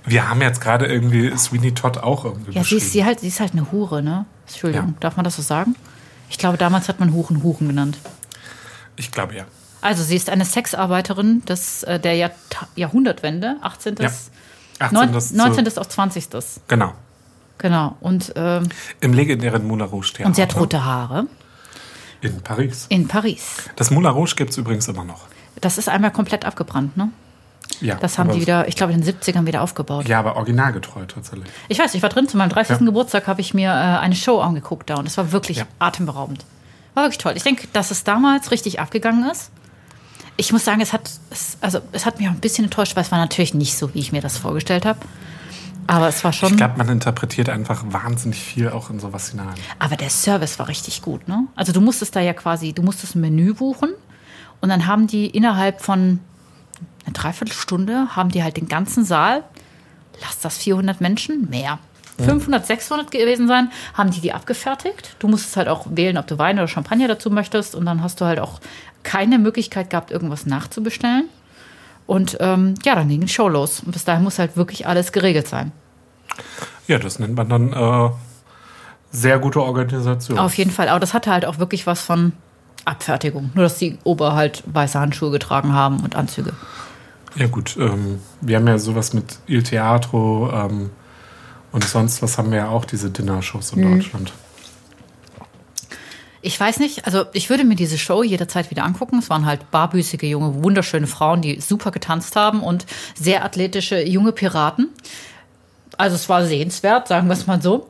Wir haben jetzt gerade irgendwie Sweeney Todd auch irgendwie
Ja, sie ist,
beschrieben.
sie, halt, sie ist halt eine Hure, ne? Entschuldigung,
Ja.
darf man das so sagen? Ich glaube, damals hat man Huren Huren genannt.
Ich glaube ja.
Also sie ist eine Sexarbeiterin des, äh, der Jahrta- Jahrhundertwende, 18.
Ja. 18.
19.
zu-
19. auf 20.
Genau.
Genau. Und, ähm,
Im legendären Moulin Rouge Theater.
und sie hat rote Haare
In Paris.
in Paris.
Das Moulin Rouge gibt es übrigens immer noch.
Das ist einmal komplett abgebrannt, ne?
Ja,
Das haben
aber-
die wieder, ich glaube, in den 70ern wieder aufgebaut.
Ja, aber originalgetreu tatsächlich.
Ich weiß, ich war drin, zu meinem 30.
Ja.
Geburtstag habe ich mir äh, eine Show angeguckt da und es war wirklich
Ja.
atemberaubend. War wirklich toll. Ich denke, dass es damals richtig abgegangen ist. Ich muss sagen, es hat, es, also, es hat mich auch ein bisschen enttäuscht, weil es war natürlich nicht so, wie ich mir das vorgestellt habe. Aber es war schon.
Ich glaube, man interpretiert einfach wahnsinnig viel auch in sowas hinein.
Aber der Service war richtig gut, ne? Also du musstest da ja quasi, du musstest ein Menü buchen und dann haben die innerhalb von einer Dreiviertelstunde haben die halt den ganzen Saal, lass das 400 Menschen, mehr, 500, 600 gewesen sein, haben die die abgefertigt. Du musstest halt auch wählen, ob du Wein oder Champagner dazu möchtest und dann hast du halt auch keine Möglichkeit gehabt, irgendwas nachzubestellen. Und ähm, ja, dann ging die Show los. Und bis dahin muss halt wirklich alles geregelt sein.
Ja, das nennt man dann äh, sehr gute Organisation.
Auf jeden Fall. Aber das hatte halt auch wirklich was von Abfertigung. Nur, dass die Ober halt weiße Handschuhe getragen haben und Anzüge.
ja gut, ähm, wir haben ja sowas mit Il Teatro ähm, und sonst was haben wir ja auch, diese Dinner-Shows
Mhm.
in Deutschland.
Ich weiß nicht, also ich würde mir diese Show jederzeit wieder angucken. Es waren halt barbüßige, junge, wunderschöne Frauen, die super getanzt haben und sehr athletische junge Piraten. Also es war sehenswert, sagen wir es mal so.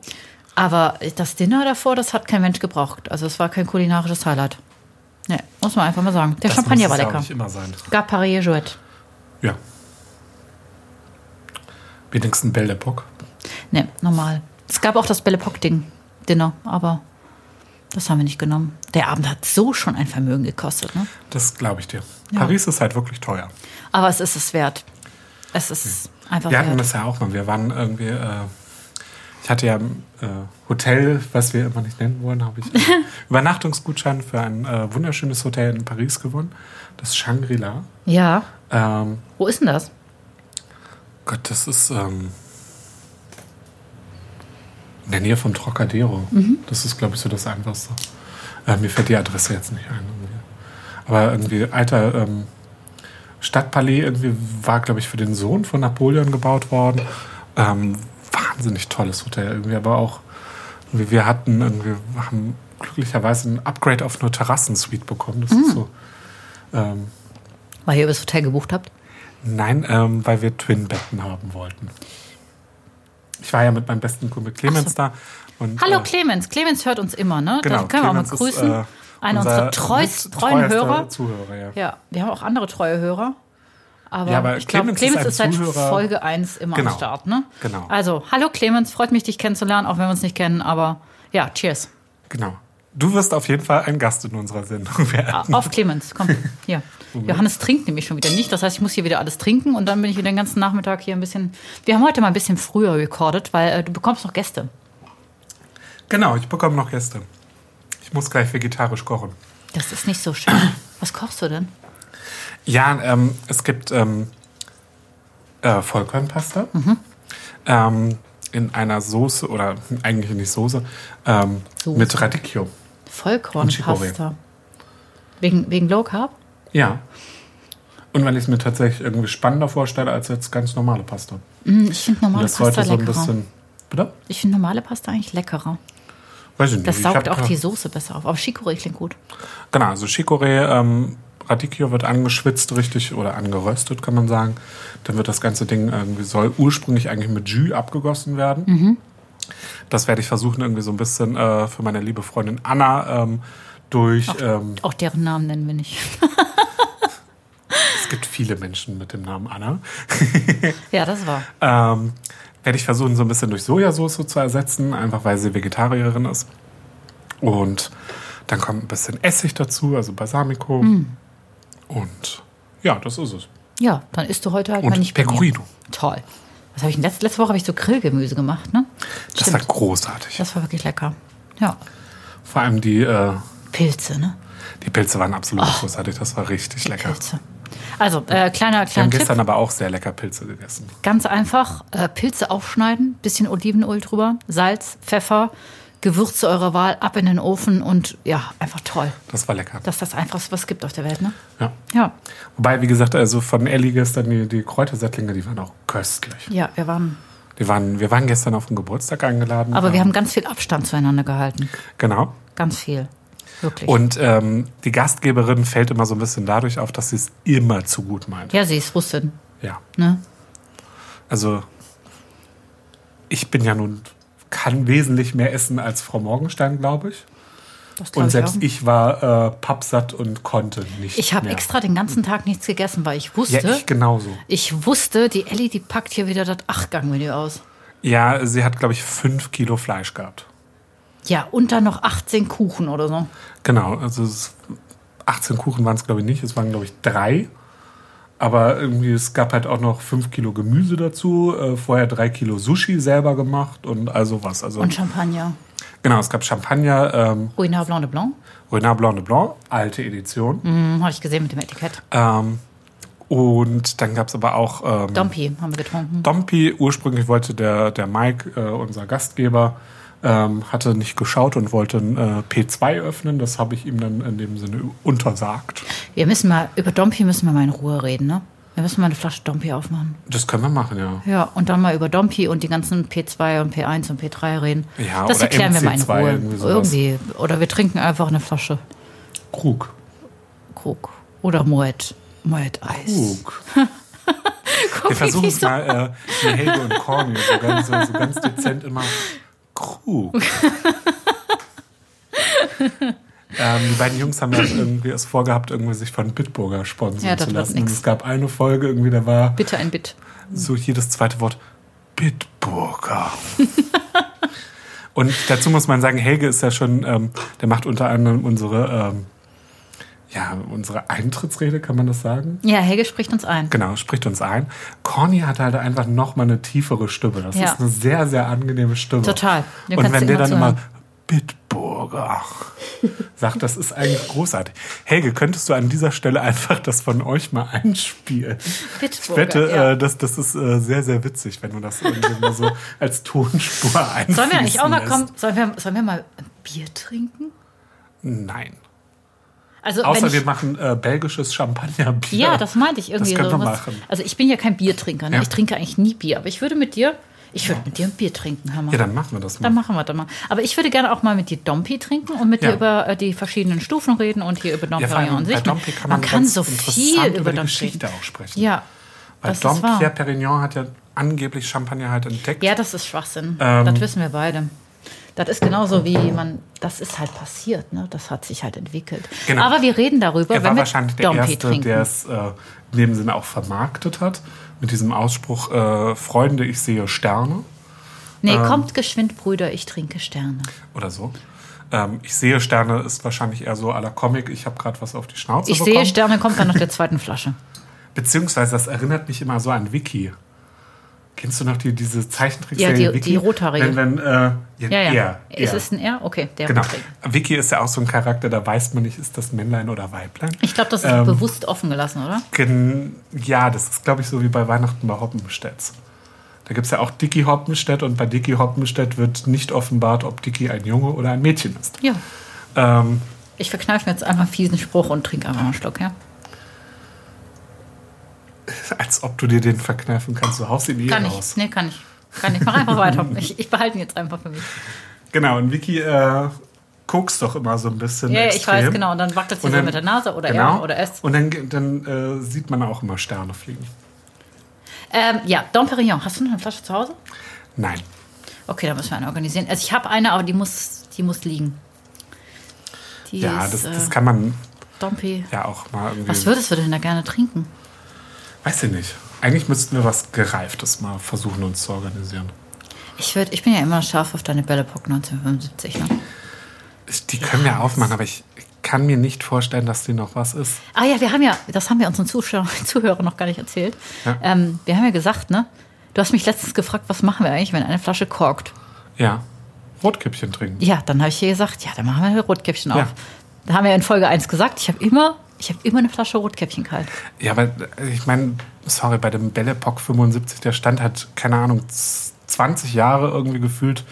Aber das Dinner davor, das hat kein Mensch gebraucht. Also es war kein kulinarisches Highlight. Nee, muss man einfach mal sagen. Der
Das
Champagner
muss
war
es Ja auch
lecker.
nicht immer sein.
Gab Paris Jouette.
Ja. Wenigstens Belle Epoque.
Nee, normal. Es gab auch das Belle Epoque-Ding, Dinner, aber das haben wir nicht genommen. Der Abend hat so schon ein Vermögen gekostet, ne?
Das glaube ich dir. Paris ist halt wirklich teuer.
Aber es ist es wert. Es ist einfach
Wir hatten
wert.
das ja auch mal. Wir waren irgendwie. Äh, ich hatte ja ein äh, Hotel, was wir immer nicht nennen wollen, habe ich einen Übernachtungsgutschein für ein äh, wunderschönes Hotel in Paris gewonnen. Das Shangri-La.
Ja.
Ähm,
Wo ist denn das?
Gott, das ist ähm, in der Nähe vom Trocadero. Das ist, glaube ich, so das Einfachste. Äh, mir fällt die Adresse jetzt nicht ein. Irgendwie. Aber irgendwie, alter ähm, Stadtpalais irgendwie war, glaube ich, für den Sohn von Napoleon gebaut worden. Ähm, wahnsinnig tolles Hotel irgendwie, aber auch irgendwie, wir hatten irgendwie, haben glücklicherweise ein Upgrade auf eine Terrassensuite bekommen. Das ist so. Ähm,
Weil ihr übers Hotel gebucht habt?
Nein, ähm, weil wir Twin-Betten haben wollten. Ich war ja mit meinem besten Kumpel Clemens da. Und,
Hallo
äh,
Clemens. Clemens hört uns immer, ne?
genau,
da können
Clemens
wir auch mal
ist,
grüßen.
äh,
Einer
unser
unserer treust,
mit-
treuen
treuester
Hörer.
Zuhörer, ja.
Ja, wir haben auch andere treue Hörer. Aber,
Ja, aber
ich glaube,
Clemens
Clemens,
ist ein
ist seit
Zuhörer-
Folge 1 immer
Genau.
am Start, ne?
Genau.
Also, hallo Clemens, freut mich, dich kennenzulernen, auch wenn wir uns nicht kennen, aber ja, cheers.
Genau. Du wirst auf jeden Fall ein Gast in unserer
Ah.
Sendung werden.
Auf Clemens, komm. Hier. Johannes trinkt nämlich schon wieder nicht. Das heißt, ich muss hier wieder alles trinken und dann bin ich wieder den ganzen Nachmittag hier ein bisschen. Wir haben heute mal ein bisschen früher recorded, weil äh, du bekommst noch Gäste.
Genau, ich bekomme noch Gäste. Ich muss gleich vegetarisch kochen.
Das ist nicht so schön. Was kochst du denn?
Ja,
Mhm.
ähm, es gibt ähm, äh, Vollkornpasta. Ähm, in einer Soße oder eigentlich nicht Soße, ähm,
Soße.
mit Radicchio. Und
Vollkornpasta. Wegen, wegen Low Carb?
Ja. Und weil ich es mir tatsächlich irgendwie spannender vorstelle als jetzt ganz normale Pasta.
Mm, Ich finde normale
das
Pasta
sollte so ein
leckerer.
bisschen. Bitte?
ich finde normale Pasta eigentlich leckerer.
Weiß ich nicht.
Das
Ich
saugt
hab
auch
da-
die Soße besser auf. Aber Chicorée klingt gut.
Genau, also Chicorée, ähm, Radicchio wird angeschwitzt richtig oder angeröstet, kann man sagen. Dann wird das ganze Ding irgendwie, soll ursprünglich eigentlich mit Jus abgegossen werden. Das werde ich versuchen, irgendwie so ein bisschen äh, für meine liebe Freundin Anna ähm, durch. Ähm,
Auch deren Namen nennen wir nicht.
es gibt viele Menschen mit dem Namen Anna.
Ja, das war.
Ähm, werde ich versuchen, so ein bisschen durch Sojasauce zu ersetzen, einfach weil sie Vegetarierin ist. Und dann kommt ein bisschen Essig dazu, also Balsamico. Und ja, das ist es.
Ja, dann isst du heute halt mal
Und
nicht bei mir.
Pecorino.
Toll. Was habe ich denn letzte, letzte Woche habe ich so Grillgemüse gemacht, ne?
Das war großartig.
Das war wirklich lecker. Ja.
Vor allem die, äh,
Pilze, ne?
die Pilze waren absolut großartig. Das war richtig lecker.
Pilze. Also, äh, kleiner,
Wir haben
kleiner
gestern
Tipp.
aber auch sehr lecker Pilze gegessen.
Ganz einfach, äh, Pilze aufschneiden, bisschen Olivenöl drüber, Salz, Pfeffer, Gewürze eurer Wahl, ab in den Ofen und ja, einfach toll.
Das war lecker.
Das ist das Einfachste, was es gibt auf der Welt, ne?
Ja.
Ja,
Wobei, wie gesagt, also von Ellie gestern die, die Kräutersättlinge, die waren auch köstlich.
ja, wir waren.
Die waren, wir waren gestern auf den Geburtstag eingeladen.
Aber wir
Ähm,
haben ganz viel Abstand zueinander gehalten.
Genau.
Ganz viel. Wirklich.
Und ähm, die Gastgeberin fällt immer so ein bisschen dadurch auf, dass sie es immer zu gut meint.
ja, sie ist Russin,
Ja.
ne?
Also, ich bin ja nun, kann wesentlich mehr essen als Frau Morgenstein, glaube ich.
Das glaub
Und selbst
auch.
ich war äh, pappsatt und konnte nicht.
Ich ne? habe
mehr.
extra den ganzen Tag nichts gegessen, weil ich wusste,
Ja, ich genauso.
ich wusste, die Ellie, die packt hier wieder das Achtgang-Menü aus.
Ja, sie hat, glaube ich, fünf Kilo Fleisch gehabt.
Ja, und dann noch 18 Kuchen oder so.
Genau, also es, 18 Kuchen waren es, glaube ich, nicht. Es waren, glaube ich, drei. Aber irgendwie, es gab halt auch noch fünf Kilo Gemüse dazu, äh, vorher drei Kilo Sushi selber gemacht und also was. Also,
Und Champagner.
genau, es gab Champagner, ähm,
Ruinard Blanc de Blanc.
Renard Blanc de Blanc, alte Edition.
Hm, habe ich gesehen mit dem Etikett.
Ähm, und dann gab es aber auch ähm,
Dompi haben wir getrunken.
Dompi, ursprünglich wollte der, der Mike, äh, unser Gastgeber, ähm, hatte nicht geschaut und wollte ein äh, P2 öffnen. Das habe ich ihm dann in dem Sinne untersagt.
Wir müssen mal, über Dompi müssen wir mal in Ruhe reden, ne? Wir müssen mal eine Flasche Dompi aufmachen.
Das können wir machen, ja.
Ja, und dann mal über Dompi und die ganzen P2 und P1 und P3 reden.
Ja,
das
oder
erklären wir mal in
MC2
Ruhe.
irgendwie sowas.
irgendwie. Oder wir trinken einfach eine Flasche
Krug.
Krug. Oder Moet. Moet Eis.
Krug.
Guck,
Wir
wie
versuchen
die
es
so-
mal äh, mit Helge und Corny so ganz, so, so ganz dezent immer. Krug. ähm, die beiden Jungs haben ja irgendwie es vorgehabt, irgendwie sich von Bitburger sponsern
Ja, das
zu
wird
lassen. Und
nix.
es gab eine Folge, irgendwie, da war
Bitte ein Bit.
so jedes zweite Wort Bitburger. Und dazu muss man sagen, Helge ist ja schon, ähm, der macht unter anderem unsere, ähm, ja, unsere Eintrittsrede, kann man das sagen?
Ja, Helge spricht uns ein.
Genau, spricht uns ein. Corny hat halt einfach noch mal eine tiefere Stimme. Das
Ja.
ist eine sehr, sehr angenehme Stimme.
Total. Den
Und
kannst du
wenn der
immer
dann immer
zuhören.
Bitburger sagt, das ist eigentlich großartig. Helge, könntest du an dieser Stelle einfach das von euch mal einspielen? Ich
Bitburger,
wette,
ja.
äh, das, das ist äh, sehr, sehr witzig, wenn du das irgendwie mal so als Tonspur einfließen
Sollen wir eigentlich auch mal
lässt.
kommen? Sollen wir, sollen wir mal ein Bier trinken?
Nein.
Also, wenn
Außer
ich,
wir machen äh, belgisches Champagnerbier.
Ja, das meinte ich irgendwie.
Das können wir
so. was-
machen.
Also ich bin ja kein Biertrinker. Ne?
Ja.
Ich trinke eigentlich nie Bier, aber ich würde mit dir, ich würde mit dir ein Bier trinken, Hammer.
Ja, dann machen wir das mal.
Dann machen wir das mal. Aber ich würde gerne auch mal mit dir Dompi trinken und mit
Ja.
dir über äh, die verschiedenen Stufen reden und hier über Dompi
Ja, vor allem
an sich.
bei Dompe kann man,
man kann
ganz
so viel
interessant
über,
die
Dompe
Geschichte
reden.
auch sprechen.
Ja,
Weil
das
Dom
ist wahr.
Pierre Perignon hat ja angeblich Champagner halt entdeckt.
Ja, das ist Schwachsinn.
Ähm.
das wissen wir beide. Das ist genauso wie man, das ist halt passiert, ne? Das hat sich halt entwickelt.
Genau.
Aber wir reden darüber,
er
wenn
war
wir
wahrscheinlich der
Dompe
Erste,
trinken.
der es äh, in dem Sinne auch vermarktet hat. Mit diesem Ausspruch, äh, Freunde, ich sehe Sterne
nee,
Ähm.
kommt geschwind, Brüder, ich trinke Sterne.
oder so. Ähm, ich sehe Sterne ist wahrscheinlich eher so à la Comic, ich habe gerade was auf die Schnauze
Ich
bekommen.
sehe Sterne, kommt dann nach der zweiten Flasche.
Beziehungsweise, das erinnert mich immer so an Wiki. Kennst du noch die, diese Zeichentrickserie
Ja, die-
Wiki?
die rothaarige.
Wenn, wenn, äh, ja,
Ja, ja.
Er,
Ist
er.
es ein R? Okay, der
Genau.
Rotring.
Vicky ist ja auch so ein Charakter, da weiß man nicht, ist das Männlein oder Weiblein.
Ich glaube, das ist
Ähm.
bewusst offen gelassen, oder?
Gen ja, das ist, glaube ich, so wie bei Weihnachten bei Hoppenstedts. Da Da gibt es ja auch Dicky Hoppenstedt und bei Dicky Hoppenstedt wird nicht offenbart, ob Dicky ein Junge oder ein Mädchen ist.
Ja.
Ähm,
Ich verkneife mir jetzt einfach einen fiesen Spruch und trinke einfach mal einen Schluck, ja?
als ob du dir den verkneifen kannst. Du haust ihn eh
Kann
raus.
ich. Nee, kann ich. Kann ich. Mach einfach weiter. Ich, ich behalte ihn jetzt einfach für mich.
Genau, und Vicky äh, guckst doch immer so ein bisschen.
Ja, ja, ich
extrem.
weiß, genau. Und dann wackelt sie
Und
so
dann-
mit der Nase oder
genau.
er oder es.
Und dann, dann äh, sieht man auch immer Sterne fliegen.
Ähm, ja, Dom Perignon. Hast du noch eine Flasche zu Hause?
Nein.
Okay, da müssen wir eine organisieren. Also ich habe eine, aber die muss, die muss liegen. Die
ja,
ist
das, das
äh,
kann man
Dompi.
ja auch mal irgendwie.
Was würdest du denn da gerne trinken?
Weiß ich nicht. Eigentlich müssten wir was Gereiftes mal versuchen, uns zu organisieren.
Ich, würd, ich bin ja immer scharf auf deine Bellepock 1975. Ne?
Ich, die können wir aufmachen, aber ich kann mir nicht vorstellen, dass die noch was ist.
Ah ja, wir haben ja, das haben wir unseren Zuschauern, Zuhörern noch gar nicht erzählt.
Ja.
Ähm, wir haben ja gesagt, ne? Du hast mich letztens gefragt, was machen wir eigentlich, wenn eine Flasche korkt?
Ja. Rotkäppchen trinken.
Ja, dann habe ich dir gesagt, ja, dann machen wir eine Rotkäppchen auf.
Ja.
Da haben wir in Folge 1 gesagt, ich habe immer, ich habe immer eine Flasche Rotkäppchen kalt.
Ja, aber äh, ich meine, sorry, bei dem Belle Epoque 75, der stand hat, keine Ahnung, z- 20 Jahre irgendwie gefühlt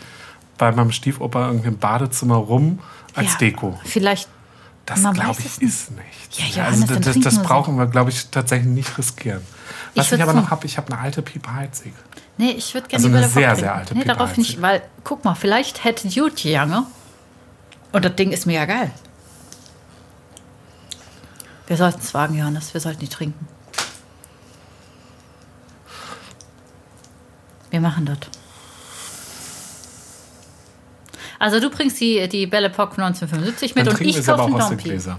bei meinem Stiefopa irgendwie im Badezimmer rum als
ja,
Deko.
Vielleicht,
Das
man
glaube
weiß es
ich ist nicht.
Ja, Johannes,
also
dann
das, das,
trinken wir
das
so.
brauchen wir, glaube ich, tatsächlich nicht riskieren. Was ich,
würd's
aber
tun.
noch habe, ich habe eine alte Pieper Heizig.
nee, ich würde gerne
Also
die
eine
Welle
sehr,
vertrinken.
sehr alte
Nee, darauf
Pipi-Heizung.
nicht, weil, guck mal, vielleicht hätte Duty Jange. ne? Und das Ding ist mega geil. Wir sollten es wagen, Johannes, wir sollten die trinken. Wir machen das. Also du bringst die, die Belle Epoque 1975 mit
Dann
und
trinken wir
ich
es aber
kaufe
auch
einen
aus den
Dompi.
Gläsern.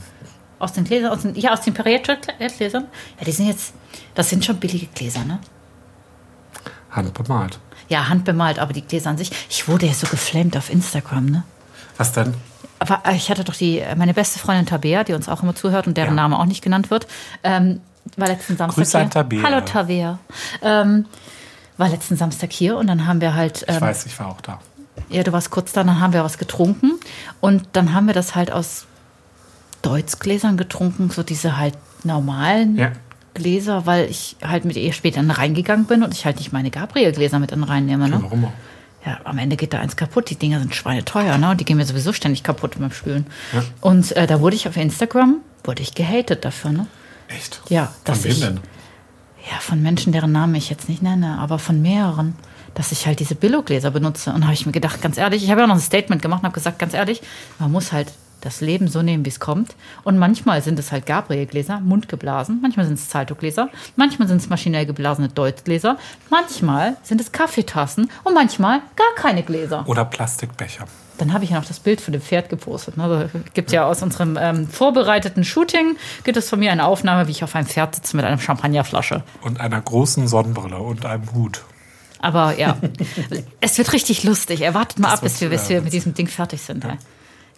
Aus den Gläsern, aus den, ja, aus den Perrier-Gläsern. Ja, die sind jetzt, das sind schon billige Gläser, ne?
Handbemalt.
Ja, handbemalt, aber die Gläser an sich. Ich wurde ja so geflamed auf Instagram, ne?
Was denn?
Aber äh, ich hatte doch die, äh, meine beste Freundin Tabea, die uns auch immer zuhört und deren
Ja.
Name auch nicht genannt wird, ähm, war letzten Samstag
Grüße
hier.
an Tabea.
Hallo Tabea. Ähm, war letzten Samstag hier und dann haben wir halt,
Ich
ähm,
weiß, ich war auch da.
ja, du warst kurz da, dann haben wir was getrunken und dann haben wir das halt aus Deutzgläsern getrunken, so diese halt normalen
Ja.
Gläser, weil ich halt mit ihr später dann reingegangen bin und ich halt nicht meine Gabriel-Gläser mit dann reinnehme, ne?
Warum auch?
Ja, am Ende geht da eins kaputt. Die Dinger sind schweineteuer, ne? Und die gehen mir sowieso ständig kaputt beim Spülen. Und äh, da wurde ich auf Instagram, wurde ich gehatet dafür, ne?
Echt?
Ja, das
Von wem
ich-
denn?
Ja, von Menschen, deren Namen ich jetzt nicht nenne, aber von mehreren, dass ich halt diese Billo-Gläser benutze. Und habe ich mir gedacht, ganz ehrlich, ich habe ja noch ein Statement gemacht und habe gesagt, ganz ehrlich, man muss halt das Leben so nehmen, wie es kommt. Und manchmal sind es halt Gabriel-Gläser, mundgeblasen, manchmal sind es Zalto-Gläser, manchmal sind es maschinell geblasene Deutz-Gläser, manchmal sind es Kaffeetassen und manchmal gar keine Gläser.
Oder Plastikbecher.
Dann habe ich ja noch das Bild von dem Pferd gepostet. Ne? Also, gibt ja aus unserem ähm, vorbereiteten Shooting gibt es von mir eine Aufnahme, wie ich auf einem Pferd sitze mit einer Champagnerflasche.
Und einer großen Sonnenbrille und einem Hut.
Aber ja, es wird richtig lustig. Erwartet mal ab,
wird,
bis wir, bis wir
äh, witzig.
mit diesem Ding fertig sind. Ja.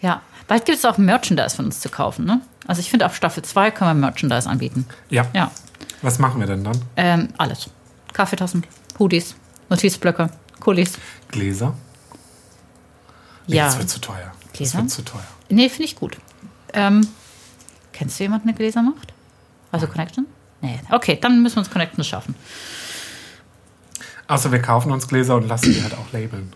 ja. Bald gibt es auch Merchandise von uns zu kaufen. Ne? Also ich finde, ab Staffel 2 können wir Merchandise anbieten.
Ja.
Ja,
Was machen wir denn dann?
ähm, alles. Kaffeetassen, Hoodies, Notizblöcke, Kulis.
Gläser? Nee,
Ja,
Das wird zu teuer.
Gläser?
Das wird zu teuer.
nee, finde ich gut. Ähm, kennst du jemanden, der Gläser macht? Also Connection? Nee. Okay, dann müssen wir uns Connections schaffen.
Außer wir kaufen uns Gläser und lassen die halt auch labeln.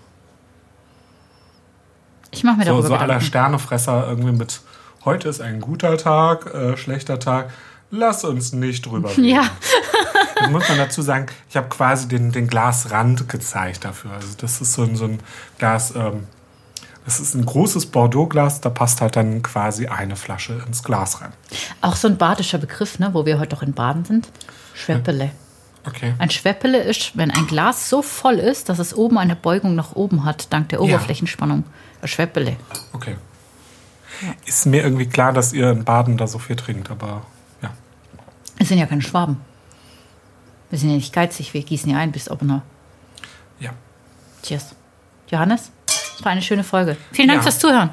Ich mache mir
So,
darüber
so aller
Gedanken.
Sternefresser irgendwie mit heute ist ein guter Tag, äh, schlechter Tag. Lass uns nicht drüber reden.
Ja,
Dann muss man dazu sagen, ich habe quasi den, den Glasrand gezeigt dafür. Also das ist so ein, so ein Glas, ähm, das ist ein großes Bordeaux-Glas, da passt halt dann quasi eine Flasche ins Glas rein.
auch so ein badischer Begriff, ne, wo wir heute doch in Baden sind. Schweppele.
Okay.
Ein Schweppele ist, wenn ein Glas so voll ist, dass es oben eine Beugung nach oben hat, dank der Oberflächenspannung. Ein Schweppele.
Okay. Ist mir irgendwie klar, dass ihr in Baden da so viel trinkt, aber ja.
Wir sind ja keine Schwaben. Wir sind ja nicht geizig, wir gießen ja ein bis Oppenau.
Ja.
Cheers. Johannes, das war eine schöne Folge. Vielen Dank
Ja.
fürs Zuhören.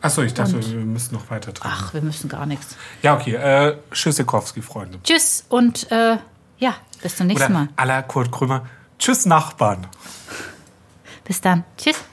Achso, ich dachte, wir müssen noch weiter trinken.
Ach, wir müssen gar nichts.
Ja, okay. Äh, Schüssikowski, Freunde.
Tschüss und äh, ja, bis zum nächsten
Oder
Mal.
à la Kurt Krömer. Tschüss, Nachbarn.
Bis dann. Tschüss.